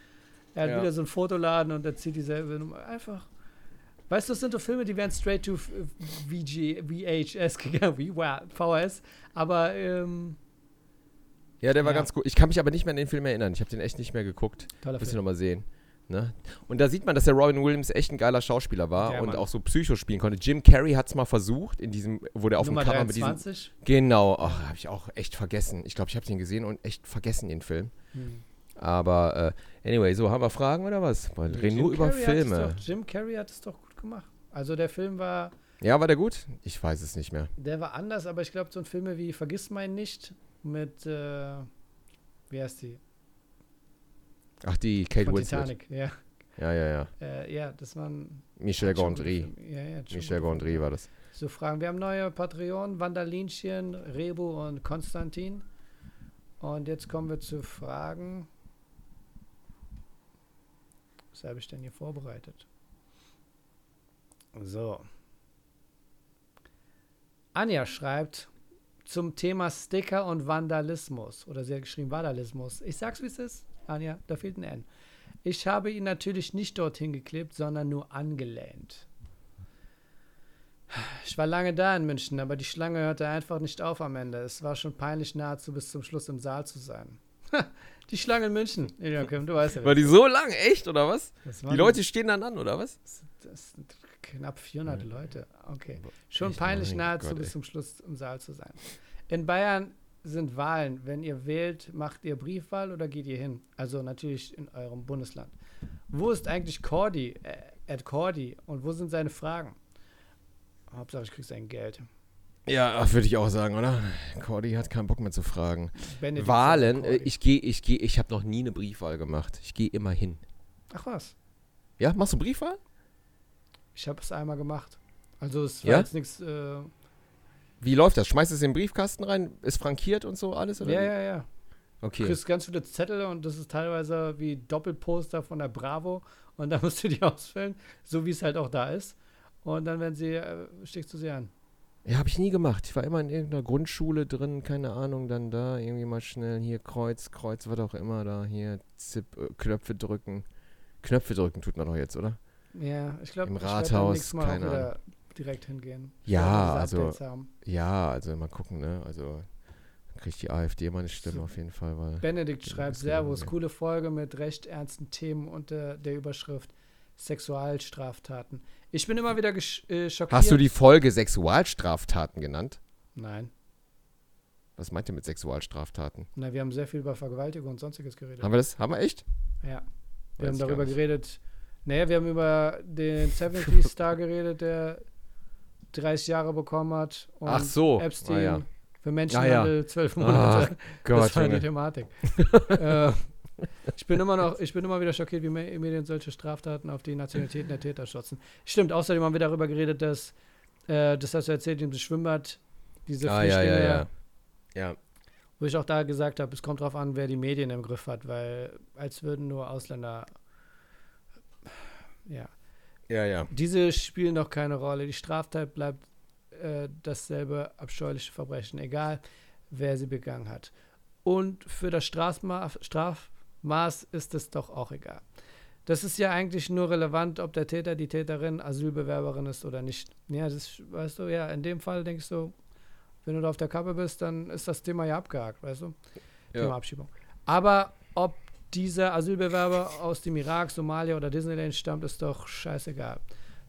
B: er hat
A: Ja.
B: wieder so einen Fotoladen und er zieht dieselbe Nummer. Einfach. Weißt du, das sind so Filme, die wären straight to äh, VG, VHS gegangen, wie wow, VHS, aber ähm,
A: Ja, der war
B: Ja.
A: ganz gut. Ich kann mich aber nicht mehr an den Film erinnern. Ich habe den echt nicht mehr geguckt.
B: toller
A: Muss ich
B: Film.
A: nochmal sehen. Ne? Und da sieht man, dass der Robin Williams echt ein geiler Schauspieler war
B: Ja,
A: und
B: Mann.
A: auch so Psycho spielen konnte. Jim Carrey hat es mal versucht, in diesem, wo der auf
B: Nummer
A: dem Cover mit diesem.
B: 23.
A: Genau, ach, habe ich auch echt vergessen. Ich glaube, ich habe den gesehen und echt vergessen, den Film.
B: Hm.
A: Aber äh, anyway, so, haben wir Fragen oder was? Weil reden
B: Jim
A: nur über
B: Carrey hat es
A: Filme.
B: Doch, Jim Carrey hat es doch gut gemacht. Also der Film war,
A: Ja, war der gut? Ich weiß es nicht mehr.
B: der war anders, aber ich glaube, so ein Filme wie Vergiss mein nicht mit, äh, wie heißt die?
A: Ach, die Kate
B: Von
A: Winslet.
B: Titanic, ja.
A: Ja, ja, ja.
B: Äh, ja, das waren.
A: Michel
B: schon gute
A: Gondry.
B: Filme. Ja, ja, schon
A: Michel
B: gute
A: Gondry war das.
B: Filme. So Fragen. Wir haben neue Patreon, Wanderlinchen, Rebo und Konstantin. Und jetzt kommen wir zu Fragen. Was habe ich denn hier vorbereitet? So. Anja schreibt zum Thema Sticker und Vandalismus. Oder sie hat geschrieben Vandalismus. Ich sag's, wie es ist. Anja, da fehlt ein N. Ich habe ihn natürlich nicht dorthin geklebt, sondern nur angelehnt. Ich war lange da in München, aber die Schlange hörte einfach nicht auf am Ende. Es war schon peinlich, nahezu bis zum Schluss im Saal zu sein. die Schlange in München. Ilian Kim, du weißt ja,
A: War die so lang? Echt, oder was?
B: das
A: Die
B: waren-
A: Leute stehen dann an, oder was?
B: das sind knapp 400 Leute. Okay.
A: Boah,
B: Schon
A: echt,
B: peinlich
A: mein
B: nahezu
A: Gott,
B: bis
A: ey.
B: zum Schluss im Saal zu sein. In Bayern sind Wahlen. Wenn ihr wählt, macht ihr Briefwahl oder geht ihr hin? Also natürlich in eurem Bundesland. Wo ist eigentlich Cordy, äh, Ed Cordy? Und wo sind seine Fragen? Hauptsache, ich krieg sein Geld.
A: Ja, würde ich auch sagen, oder? Cordy hat keinen Bock mehr zu fragen.
B: Benedikt
A: Wahlen,
B: Cordy.
A: äh, ich gehe, ich gehe, ich habe noch nie eine Briefwahl gemacht. Ich gehe immer hin.
B: Ach was,
A: Ja, machst du Briefwahl?
B: ich habe es einmal gemacht. Also es war
A: Ja?
B: jetzt nichts. Äh, ja,
A: Wie läuft das? Schmeißt du es in den Briefkasten rein? Ist frankiert und so alles? Oder
B: ja,
A: wie?
B: ja. Du
A: Okay.
B: kriegst ganz viele Zettel und das ist teilweise wie Doppelposter von der Bravo und da musst du die ausfüllen, so wie es halt auch da ist. Und dann werden sie, äh, stichst du sie an.
A: Ja, habe ich nie gemacht. Ich war immer in irgendeiner Grundschule drin, keine Ahnung, dann da irgendwie mal schnell hier Kreuz, Kreuz, was auch immer da, hier Zip, äh, Knöpfe drücken. Knöpfe drücken tut man doch jetzt, oder?
B: Ja, ich glaube,
A: Im
B: ich werd beim
A: Rathaus,
B: nächsten Mal auch
A: keine
B: wieder direkt hingehen. Ich
A: Ja,
B: werd diese
A: also
B: Updates haben.
A: Ja, also mal gucken, ne? Also dann kriegt die AfD meine Stimme
B: So.
A: auf jeden Fall, weil.
B: Benedikt
A: Ja,
B: schreibt,
A: das kann man
B: Servus,
A: sehen.
B: coole Folge mit recht ernsten Themen unter der Überschrift Sexualstraftaten. Ich bin immer wieder gesch- äh, schockiert.
A: Hast du die Folge Sexualstraftaten genannt?
B: Nein.
A: Was meint ihr mit Sexualstraftaten?
B: Na, wir haben sehr viel über Vergewaltigung und sonstiges geredet.
A: Haben wir das? Haben wir echt?
B: ja.
A: Weiß
B: Wir haben
A: ich gar
B: darüber
A: nicht.
B: geredet. Naja, wir haben über den 70 Star geredet, der 30 Jahre bekommen hat. Und
A: Ach so. Ah,
B: Epstein
A: ja.
B: für Menschenhandel 12
A: Ach
B: Monate. das
A: Gott,
B: war die
A: Junge.
B: Thematik. äh, ich bin immer noch, ich bin immer wieder schockiert, wie Me- Medien solche Straftaten auf die Nationalitäten der Täter schotzen. Stimmt, außerdem haben wir darüber geredet, dass, äh, das hast du erzählt, im Schwimmbad, diese
A: Ah, ja,
B: Flüchtlinge,
A: ja, ja. Ja,
B: wo ich auch da gesagt habe, es kommt drauf an, wer die Medien im Griff hat, weil als würden nur Ausländer. Ja.
A: ja, ja.
B: Diese spielen doch keine Rolle. Die Straftat bleibt äh, dasselbe abscheuliche Verbrechen, egal wer sie begangen hat. Und für das Strafma Strafmaß ist es doch auch egal. Das ist ja eigentlich nur relevant, ob der Täter, die Täterin Asylbewerberin ist oder nicht. Ja, das weißt du, ja, in dem Fall denkst du, wenn du da auf der Kappe bist, dann ist das Thema ja abgehakt, weißt du?
A: Ja.
B: Thema Abschiebung. Aber ob dieser Asylbewerber aus dem Irak, Somalia oder Disneyland stammt, ist doch scheißegal.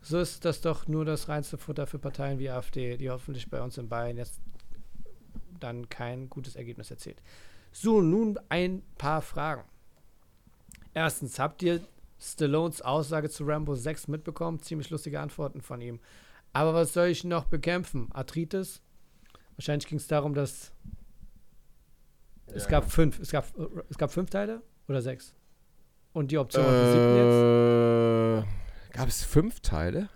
B: So ist das doch nur das reinste Futter für Parteien wie AfD, die hoffentlich bei uns in Bayern jetzt dann kein gutes Ergebnis erzielt. So, nun ein paar Fragen. Erstens, habt ihr Stallones Aussage zu Rambo 6 mitbekommen? Ziemlich lustige Antworten von ihm. Aber was soll ich noch bekämpfen? Arthritis? Wahrscheinlich ging es darum, dass es gab fünf. Es gab, es gab fünf Teile oder sechs? Und die Option auf den siebten jetzt?
A: Äh, Gab es fünf Teile?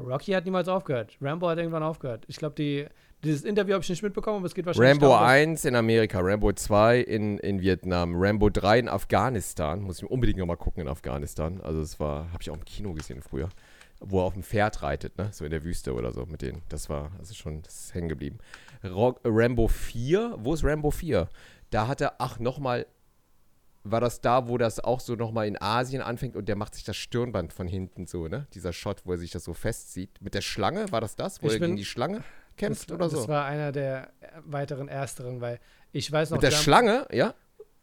B: Rocky hat niemals aufgehört. Rambo hat irgendwann aufgehört. Ich glaube, die, dieses Interview habe ich nicht mitbekommen, aber es geht wahrscheinlich
A: Rambo
B: darum, dass-
A: 1 in Amerika, Rambo 2 in, in Vietnam, Rambo 3 in Afghanistan. Muss ich mir unbedingt nochmal gucken in Afghanistan. Also das war, habe ich auch im Kino gesehen früher. Wo er auf dem Pferd reitet, ne? So in der Wüste oder so mit denen. Das war, also schon, das ist hängen geblieben. Rock, Rambo 4, wo ist Rambo 4? Da hat er, ach, nochmal, war das da, wo das auch so nochmal in Asien anfängt und der macht sich das Stirnband von hinten so, ne? Dieser Shot, wo er sich das so festzieht. Mit der Schlange, war das das? Wo
B: Ich
A: er
B: bin-
A: gegen die Schlange kämpft
B: das,
A: oder so?
B: Das war einer der äh, weiteren Ersteren, weil ich weiß noch,
A: Mit der
B: Ram-
A: Schlange, ja?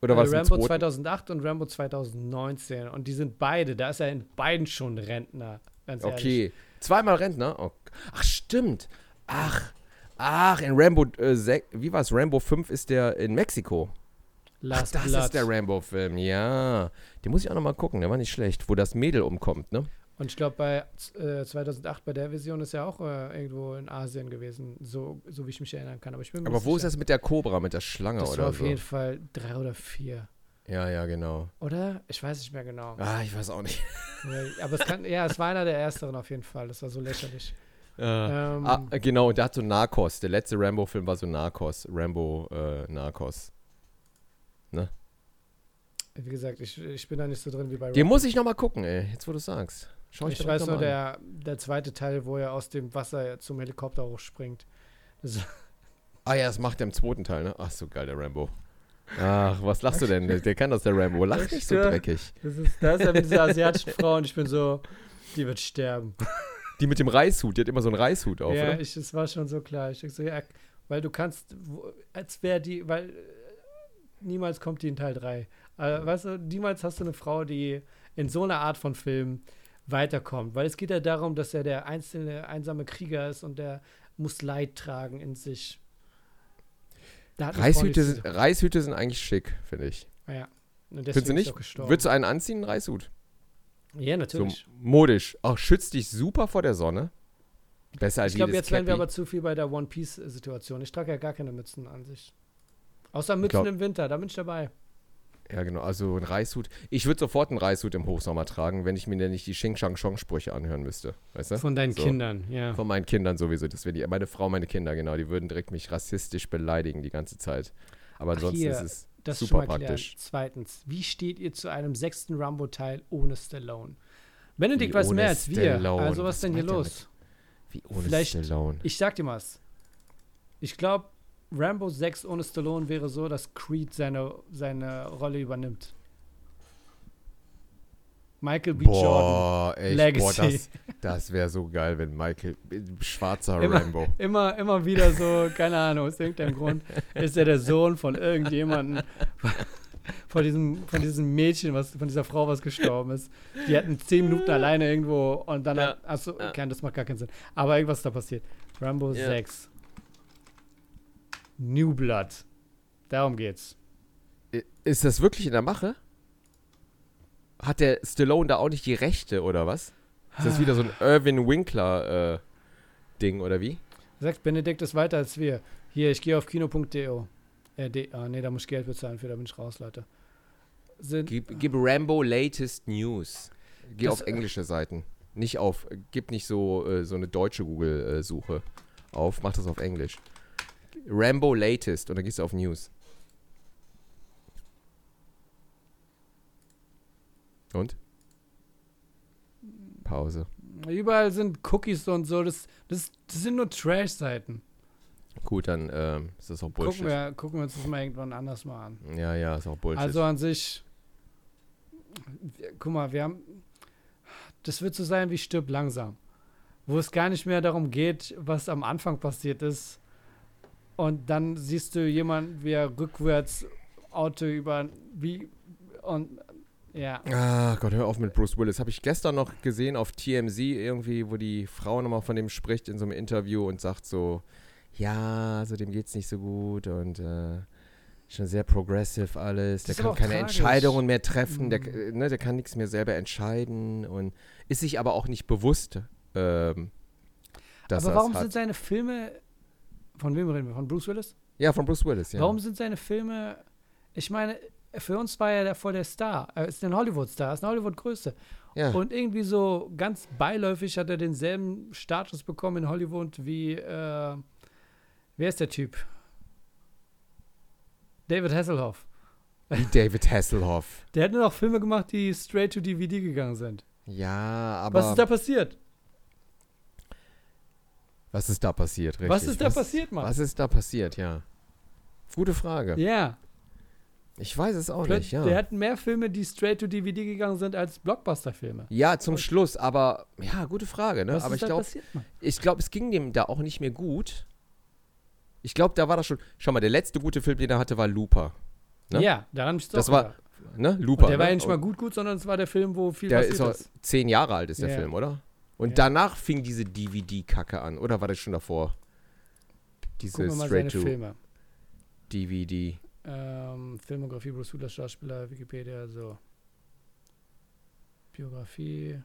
A: Oder was?
B: äh, Rambo
A: im zweiten?
B: 2008 und Rambo 2019. Und die sind beide, da ist er in beiden schon Rentner. Ganz ehrlich.
A: Okay. Zweimal Rentner? Oh. Ach, stimmt. Ach. Ach, in Rambo, äh, sech- wie war es? Rambo 5 ist der in Mexiko. Ach,
B: Last
A: das
B: Blood.
A: ist der Rambo-Film, ja. Den muss ich auch nochmal gucken, der war nicht schlecht, wo das Mädel umkommt, ne?
B: Und ich glaube, bei äh, 2008, bei der Vision ist er auch äh, irgendwo in Asien gewesen, so, so wie ich mich erinnern kann. Aber, ich bin mir
A: Aber
B: nicht
A: wo ist
B: sicher.
A: das mit der Cobra, mit der Schlange
B: Das war
A: oder
B: auf
A: so?
B: jeden Fall drei oder vier.
A: Ja, ja, genau.
B: Oder? Ich weiß nicht mehr genau.
A: Ah, ich weiß auch nicht.
B: Weil- Aber es kann, ja, es war einer der ersteren auf jeden Fall. Das war so lächerlich.
A: Äh,
B: Ähm,
A: ah, genau, der hat so Narcos. Der letzte Rambo-Film war so Narcos. Rambo, äh, Narcos.
B: Wie gesagt, ich, ich bin da nicht so drin wie bei
A: Den
B: Rocky.
A: muss ich nochmal gucken, ey. Jetzt, wo du sagst. Schau
B: Ich
A: mir
B: weiß
A: direkt
B: nur,
A: noch mal an.
B: der, der zweite Teil, wo er aus dem Wasser zum Helikopter hochspringt.
A: Ah ja, das macht er im zweiten Teil, ne? Ach so, geil, der Rambo. Ach, was lachst du denn? Der kann das, der Rambo. Lach nicht so
B: Ja.
A: dreckig.
B: Das ist, da ist er mit dieser asiatischen Frau und ich bin so, die wird sterben.
A: Die mit dem Reishut, die hat immer so einen Reishut auf,
B: ja,
A: oder?
B: ich, es war schon so klar. Ich denk so, ja, weil du kannst, wo, als wäre die, weil äh, niemals kommt die in Teil 3. Äh, weißt du, niemals hast du eine Frau, die in so einer Art von Film weiterkommt. Weil es geht ja darum, dass er der einzelne, einsame Krieger ist und der muss Leid tragen in sich. Da hat eine Frau
A: Reishüte,
B: nichts
A: sind-
B: zu
A: Reishüte sind eigentlich schick, finde ich.
B: tun. Ja. Und
A: Findest du
B: deswegen ist
A: nicht?
B: er auch gestorben.
A: Würdest du einen anziehen, einen Reishut?
B: ja,
A: So
B: natürlich.
A: modisch. Auch schützt dich super vor der Sonne. Besser als
B: ich glaube,
A: jedes
B: jetzt werden wir
A: also Cappy.
B: aber zu viel bei der One-Piece-Situation. Ich trage ja gar keine Mützen an sich. Außer Mützen
A: glaub-
B: im Winter, da bin ich dabei.
A: Ja, genau. Also ein Reishut. Ich würde sofort einen Reishut im Hochsommer tragen, wenn ich mir denn nicht die Xing Shang Shong Sprüche anhören müsste. Weißt du?
B: Von deinen
A: So.
B: Kindern, ja.
A: Von meinen Kindern sowieso. Das wären die, meine Frau, meine Kinder, genau. Die würden direkt mich rassistisch beleidigen die ganze Zeit. Aber
B: Ach,
A: ansonsten
B: hier,
A: ist es
B: Das
A: super
B: schon mal klären.
A: praktisch.
B: Zweitens, wie steht ihr zu einem sechsten Rambo-Teil ohne Stallone? Benedikt
A: Wie
B: weiß
A: ohne
B: mehr als wir.
A: Stallone?
B: Also was,
A: Was
B: denn hier
A: meint er
B: los?
A: Wie ohne
B: Vielleicht-
A: Stallone.
B: Ich sag dir was. Ich glaube, Rambo 6 ohne Stallone wäre so, dass Creed seine, seine Rolle übernimmt. Michael B. Jordan.
A: Boah, echt, boah,
B: Legacy.
A: das, das wäre so geil, wenn Michael, äh, schwarzer
B: Immer-
A: Rambo.
B: Immer, immer wieder so, keine Ahnung, aus irgendeinem Grund ist er der Sohn von irgendjemandem, von diesem, von diesem Mädchen, was, von dieser Frau, was gestorben ist. Die hatten zehn Minuten alleine irgendwo und dann,
A: Ja.
B: hat, achso, okay, das macht gar keinen Sinn. Aber irgendwas ist da passiert. Rambo
A: Ja.
B: 6. New Blood. Darum geht's.
A: I- Ist das wirklich in der Mache? Hat der Stallone da auch nicht die Rechte oder was? Ist das wieder so ein Irvin Winkler äh, Ding oder wie?
B: Sagt Benedikt ist weiter als wir. Hier, ich gehe auf kino.de. Äh, de, ah, nee, da muss ich Geld bezahlen für, da bin ich raus, Leute. Sind,
A: Gib, gib Rambo latest News. äh, Geh
B: Das-
A: auf englische Seiten, nicht auf. Gib nicht so äh, so eine deutsche Google äh, Suche auf. Mach das auf Englisch. Rambo latest und dann gehst du auf News. Und? Pause.
B: Überall sind Cookies und so. Das, das, das sind nur Trash-Seiten.
A: Gut, dann ähm, ist das auch Bullshit.
B: Gucken wir, gucken wir uns das mal irgendwann anders mal Also an.
A: Ja, ja, ist auch Bullshit.
B: Also an sich, wir- guck mal, wir haben, das wird so sein wie stirb langsam, wo es gar nicht mehr darum geht, was am Anfang passiert ist. Und dann siehst du jemanden, wie er rückwärts Auto über, wie, und, ja.
A: Ah Gott, hör auf mit Bruce Willis. Habe ich gestern noch gesehen auf TMZ irgendwie, wo die Frau nochmal von dem spricht in so einem Interview und sagt so, ja, so dem geht's nicht so gut und äh, schon sehr progressive alles. Der
B: Das ist
A: kann
B: aber auch
A: keine
B: tragisch.
A: Entscheidungen mehr treffen, der,
B: Mhm.
A: äh, ne, der kann nichts mehr selber entscheiden und ist sich aber auch nicht bewusst, ähm, dass
B: Aber
A: er
B: warum
A: es hat.
B: sind seine Filme, von wem reden wir, von Bruce Willis?
A: ja, von Bruce Willis, ja.
B: Warum sind seine Filme, ich meine, für uns war er der- voll der Star, er ist ein Hollywood-Star, er ist ein Hollywood-Größte.
A: ja.
B: Und irgendwie so ganz beiläufig hat er denselben Status bekommen in Hollywood wie, äh, wer ist der Typ? David Hasselhoff.
A: Wie David Hasselhoff.
B: Der hat nur noch Filme gemacht, die straight to DVD gegangen sind.
A: Ja, aber
B: was ist da passiert?
A: was ist da passiert, richtig?
B: Was ist da passiert, Mann?
A: Was ist da passiert, ja. Gute Frage.
B: Ja.
A: Ich weiß es auch nicht,
B: Der
A: ja.
B: hat mehr Filme, die straight to DVD gegangen sind, als Blockbuster-Filme.
A: Ja, zum Schluss, aber ja, gute Frage, ne?
B: Was
A: Aber ich
B: ist da
A: glaube,
B: passiert, Mann?
A: ich glaube, es ging dem da auch nicht mehr gut. Ich glaube, da war das schon. Schau mal, der letzte gute Film, den er hatte, war Looper, ne?
B: Ja, daran ist
A: Das war ne? Looper.
B: Und der
A: ne?
B: war ja nicht mal
A: Und
B: gut, gut, sondern es war der Film, wo viel
A: Der
B: passiert
A: ist
B: ist.
A: auch zehn Jahre alt, ist
B: Ja.
A: der Film, oder? Und
B: Ja.
A: danach fing diese DVD-Kacke an, oder war das schon davor? Diese
B: Gucken wir mal seine
A: Straight to
B: Filme.
A: DVD.
B: Ähm, Filmografie, Bruce Willis, Schauspieler, Wikipedia, so. Biografie.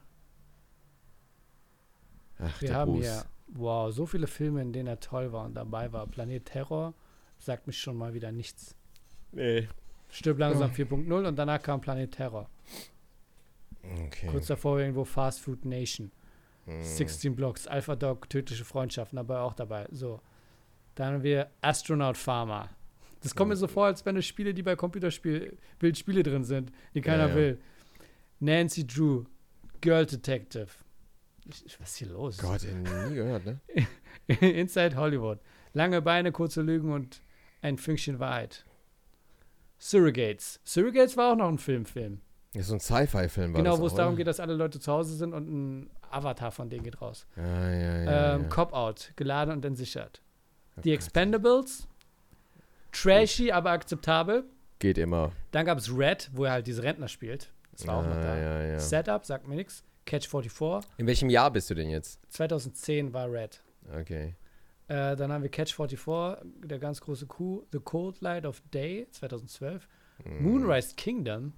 A: Ach,
B: Wir
A: der
B: haben
A: Bruce.
B: hier, wow, so viele Filme, in denen er toll war und dabei war. Planet Terror sagt mich schon mal wieder nichts.
A: Nee.
B: Stirb langsam 4.0 und danach kam Planet Terror.
A: Okay.
B: Kurz davor war irgendwo Fast Food Nation.
A: Hm.
B: 16 Blocks, Alpha Dog, tödliche Freundschaften, dabei auch dabei. So. Dann haben wir Astronaut Farmer. Das kommt mir
A: Mhm.
B: so vor, als wenn es Spiele, die bei Computerspiel Bildspiele drin sind, die keiner
A: Ja, ja.
B: will. Nancy Drew, Girl Detective. Ich, ich, was ist hier los?
A: Gott, den nie gehört, ne?
B: Inside Hollywood. Lange Beine, kurze Lügen und ein Fünkchen Wahrheit. Surrogates. Surrogates war auch noch ein Filmfilm.
A: Das ist so ein Sci-Fi-Film, war
B: Genau,
A: das
B: wo es
A: auch,
B: darum
A: oder?
B: geht, dass alle Leute zu Hause sind und ein Avatar von denen geht raus.
A: Ja, ja, ja.
B: ähm,
A: ja.
B: Cop-Out, geladen und entsichert. Die
A: Gott.
B: Expendables, trashy, aber akzeptabel.
A: Geht immer.
B: Dann gab es Red, wo er halt diese Rentner spielt. Das war auch noch
A: Ah,
B: da.
A: ja, ja.
B: Setup, sagt mir nichts. Catch 44,
A: In welchem Jahr bist du denn jetzt?
B: 2010 war Red.
A: Okay.
B: Äh, dann haben wir Catch 44, der ganz große Kuh. The Cold Light of Day, 2012.
A: Mhm.
B: Moonrise Kingdom,
A: Hm.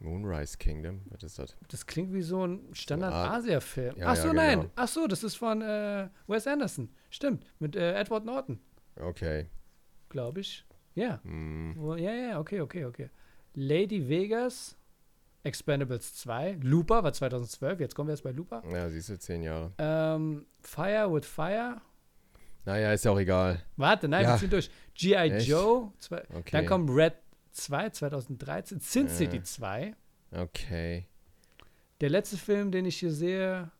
A: Moonrise Kingdom, was ist das?
B: das klingt wie so ein
A: Ja.
B: Standard-Asia-Film.
A: Ja,
B: Ach so,
A: ja,
B: nein.
A: genau.
B: Ach so, das ist von äh, Wes Anderson. Stimmt, mit äh, Edward Norton,
A: Okay.
B: glaube ich. Ja.
A: Hm.
B: Wo, ja, ja, okay, okay, okay. Lady Vegas, Expendables 2, Looper war 2012, jetzt kommen wir jetzt bei Looper.
A: Ja, siehst du, zehn Jahre.
B: Ähm, Fire with Fire.
A: Naja, ist ja auch egal.
B: Warte, nein, wir
A: Ja.
B: ziehen durch. G.I.
A: Echt?
B: Joe. Zwei,
A: Okay.
B: Dann kommt Red 2, 2013. Sin City
A: Äh.
B: 2.
A: Okay.
B: Der letzte Film, den ich hier sehe.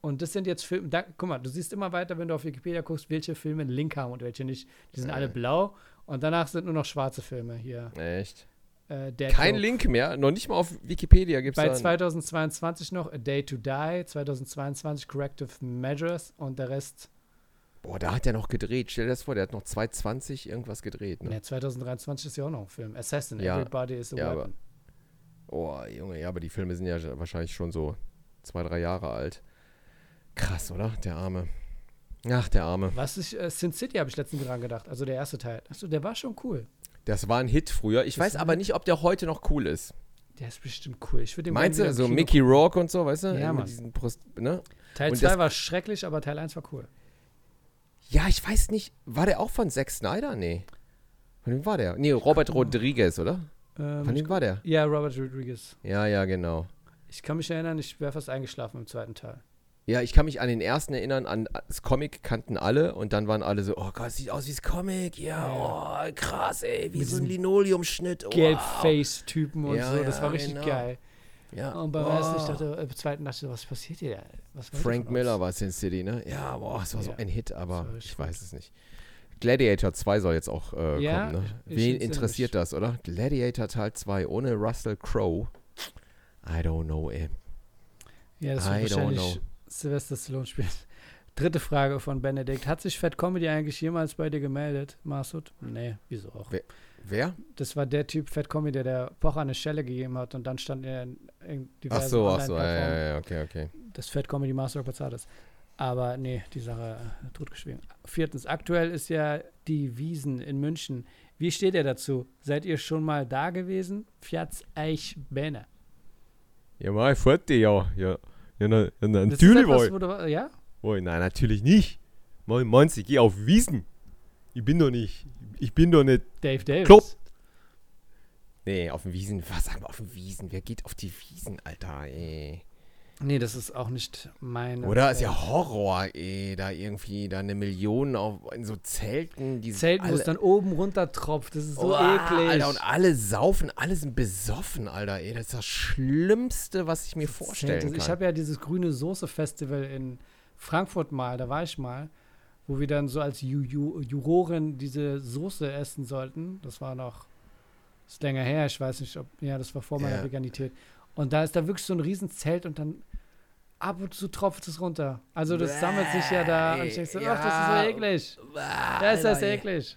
B: Und das sind jetzt Filme. Da, guck mal, du siehst immer weiter, wenn du auf Wikipedia guckst, welche Filme einen Link haben und welche nicht. Die sind alle
A: Äh.
B: blau. Und danach sind nur noch schwarze Filme hier.
A: Echt?
B: Äh, Dead
A: Kein
B: Joe.
A: Link mehr, noch nicht mal auf Wikipedia gibt's
B: Bei
A: da.
B: 2022 noch A Day to Die, 2022 Corrective Measures und der Rest,
A: Boah, da hat er noch gedreht. Stell dir das vor, der hat noch 220 irgendwas gedreht, ne?
B: ne, 2023 ist ja auch noch ein Film. Assassin,
A: Ja.
B: Everybody is a
A: Ja,
B: Weapon.
A: Oh, Junge, ja, aber die Filme sind ja sch- wahrscheinlich schon so zwei, drei Jahre alt. Krass, oder? Der Arme. Ach, der Arme.
B: Was ist, äh, Sin City habe ich letztens dran gedacht, also der erste Teil. Achso, der war schon cool.
A: Das war ein Hit früher. Ich
B: Das
A: weiß
B: war-
A: aber nicht, ob der heute noch cool ist.
B: Der ist bestimmt cool. Ich würde den
A: Meinst
B: gerne
A: du,
B: wieder
A: so
B: im Kino-
A: Mickey Rourke und so, weißt du?
B: Ja,
A: Mit
B: Mann.
A: diesen Prost ne?
B: Teil
A: und
B: 2
A: das-
B: war schrecklich, aber Teil 1 war cool.
A: Ja, ich weiß nicht. War der auch von Zack Snyder? Nee. Von wem war der? Nee, Robert Rodriguez, oder? Von
B: Ähm,
A: wem war der?
B: ja, Robert Rodriguez.
A: Ja, ja, genau.
B: Ich kann mich erinnern, ich wäre fast eingeschlafen im zweiten Teil.
A: Ja, ich kann mich an den ersten erinnern, an das Comic kannten alle und dann waren alle so, oh Gott, sieht aus wie das Comic, ja, oh, krass, ey, wie
B: Mit
A: so ein
B: diesem
A: Linoleumschnitt, wow.
B: Gelb-Face-Typen und
A: Ja,
B: so, das
A: ja,
B: war richtig
A: genau.
B: geil.
A: Ja,
B: Und beim
A: oh.
B: ersten, ich dachte, äh, beim zweiten dachte ich, was passiert hier? Was wollt ihr
A: Frank
B: von uns?
A: Miller war Sin City, ne? Ja, boah, es war so
B: Ja.
A: ein Hit, aber
B: Das war richtig
A: ich weiß es nicht. Gladiator 2 soll jetzt auch äh,
B: Ja,
A: kommen, ne?
B: ich- ich
A: Wen
B: find's
A: interessiert das, oder? Gladiator Teil 2 ohne Russell Crowe. I don't know him.
B: Ja, das wird
A: I don't
B: wahrscheinlich
A: know.
B: Sylvester Stallone spielt. Dritte Frage von Benedikt. Hat sich Fat Comedy eigentlich jemals bei dir gemeldet, Masud? Nee, wieso auch.
A: Wer- Wer?
B: Das war der Typ, Fat Comedy, der der Pocher eine Schelle gegeben hat und dann stand er in, in
A: Ach
B: diversen
A: so, ach so, ja,
B: Online-Plattformen,
A: ja, ja, okay, okay.
B: dass Fat Comedy Master bezahlt ist. Aber nee, die Sache äh, totgeschwiegen. Viertens, aktuell ist ja die Wiesen in München. Wie steht ihr dazu? Seid ihr schon mal da gewesen? Fjatz Eich Bäne.
A: Ja, mal, fort die, ja. Ja, ja na, na,
B: Das ist
A: natürlich,
B: etwas,
A: wohl.
B: wo du, ja?
A: Wohl, nein, natürlich nicht. Moin, meinst du, ich geh auf Wiesen. Ich bin doch nicht, ich bin doch nicht.
B: Dave Davis.
A: Klopp. Nee, auf den Wiesen, was sagen wir auf den Wiesen? Wer geht auf die Wiesen, Alter, ey?
B: Nee, das ist auch nicht meine.
A: Oder ist
B: Welt.
A: ja Horror, ey, da irgendwie, da eine Million auf, in so Zelten. Die
B: Zelten, wo es
A: alle-
B: dann oben runter tropft. Das ist so
A: Uah,
B: eklig.
A: Alter, und alle saufen, alle sind besoffen, Alter, ey. Das ist das Schlimmste, was ich mir vorstellen
B: Zeltes.
A: kann.
B: also Ich habe ja dieses grüne Soße-Festival in Frankfurt mal, da war ich mal, wo wir dann so als Ju Ju Juroren diese Soße essen sollten. Das war noch das ist länger her, ich weiß nicht, ob, ja, das war vor meiner
A: Ja.
B: Veganität. Und da ist da wirklich so ein Riesenzelt und dann ab und zu tropft es runter. Also das
A: Bäh,
B: sammelt sich ja da und ich denke so, ach, das
A: ja.
B: ist so eklig.
A: Uah,
B: Da ist das
A: Alter, ey.
B: eklig.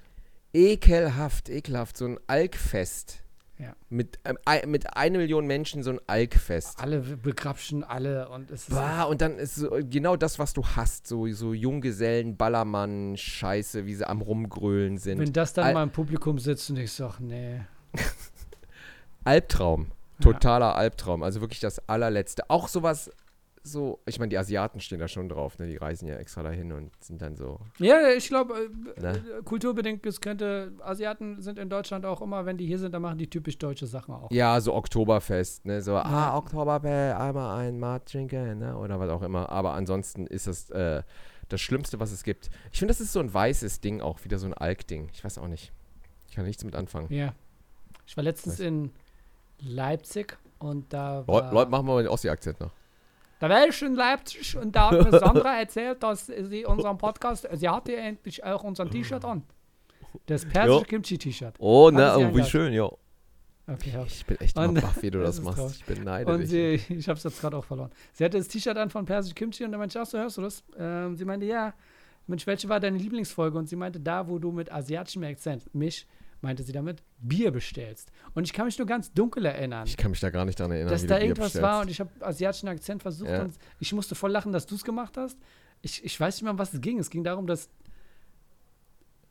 A: Ekelhaft, ekelhaft. So ein Alkfest.
B: Ja.
A: Mit, ähm, ei- mit einer Million Menschen so ein Alkfest.
B: Alle begrapschen alle und es Ah, ist
A: Bah, und dann ist so, genau das, was du hast. So, so Junggesellen, Ballermann, Scheiße, wie sie am Rumgrölen sind.
B: Wenn das dann
A: Al-
B: mal im Publikum sitzt und ich sag, nee.
A: Albtraum.
B: Ja.
A: Totaler Albtraum. Also wirklich das allerletzte. Auch sowas, so, ich meine, die Asiaten stehen da schon drauf, ne? Die reisen ja extra dahin und sind dann so.
B: Ja, ich glaube,
A: Ne?
B: äh, kulturbedingt, es könnte, Asiaten sind in Deutschland auch immer, wenn die hier sind, dann machen die typisch deutsche Sachen auch.
A: Ja, so Oktoberfest, ne? So, ah, Oktoberfest, einmal ein Mart trinken, ne? Oder was auch immer. Aber ansonsten ist das äh, das Schlimmste, was es gibt. Ich finde, das ist so ein weißes Ding auch, wieder so ein Alk-Ding. Ich weiß auch nicht. Ich kann nichts mit anfangen.
B: Ja. Ich war letztens
A: Was?
B: in Leipzig und da
A: Leu-
B: war,
A: Leute, machen wir mal den Ossi-Akzent noch.
B: da war ich in Leipzig und da hat mir Sandra erzählt, dass sie unseren Podcast, sie hatte endlich auch unseren T-Shirt an. Das persische
A: Jo.
B: Kimchi-T-Shirt.
A: Oh,
B: ne, Haben Sie oh, wie
A: wie
B: eingeladen?
A: schön, ja.
B: Okay, ja.
A: Ich bin echt
B: Und-
A: mal baff, wie du
B: Das
A: das
B: ist
A: machst.
B: traurig.
A: Ich beneide
B: Und
A: dich.
B: sie, ich habe es jetzt gerade auch verloren. Sie hatte das T-Shirt an von Persisch Kimchi und dann meinte ich, ach so, hörst du das? Ähm, sie meinte, ja. Mensch, welche war deine Lieblingsfolge? Und sie meinte, da, wo du mit asiatischem Akzent, mich, meinte sie damit, Bier bestellst. Und ich kann mich nur ganz dunkel erinnern,
A: Ich kann mich da gar nicht dran erinnern,
B: dass
A: wie
B: da
A: du Bier
B: irgendwas
A: bestellst.
B: war und ich habe asiatischen Akzent versucht
A: Ja.
B: und ich musste voll lachen, dass du es gemacht hast. Ich, ich weiß nicht mehr, um was es ging. Es ging darum, dass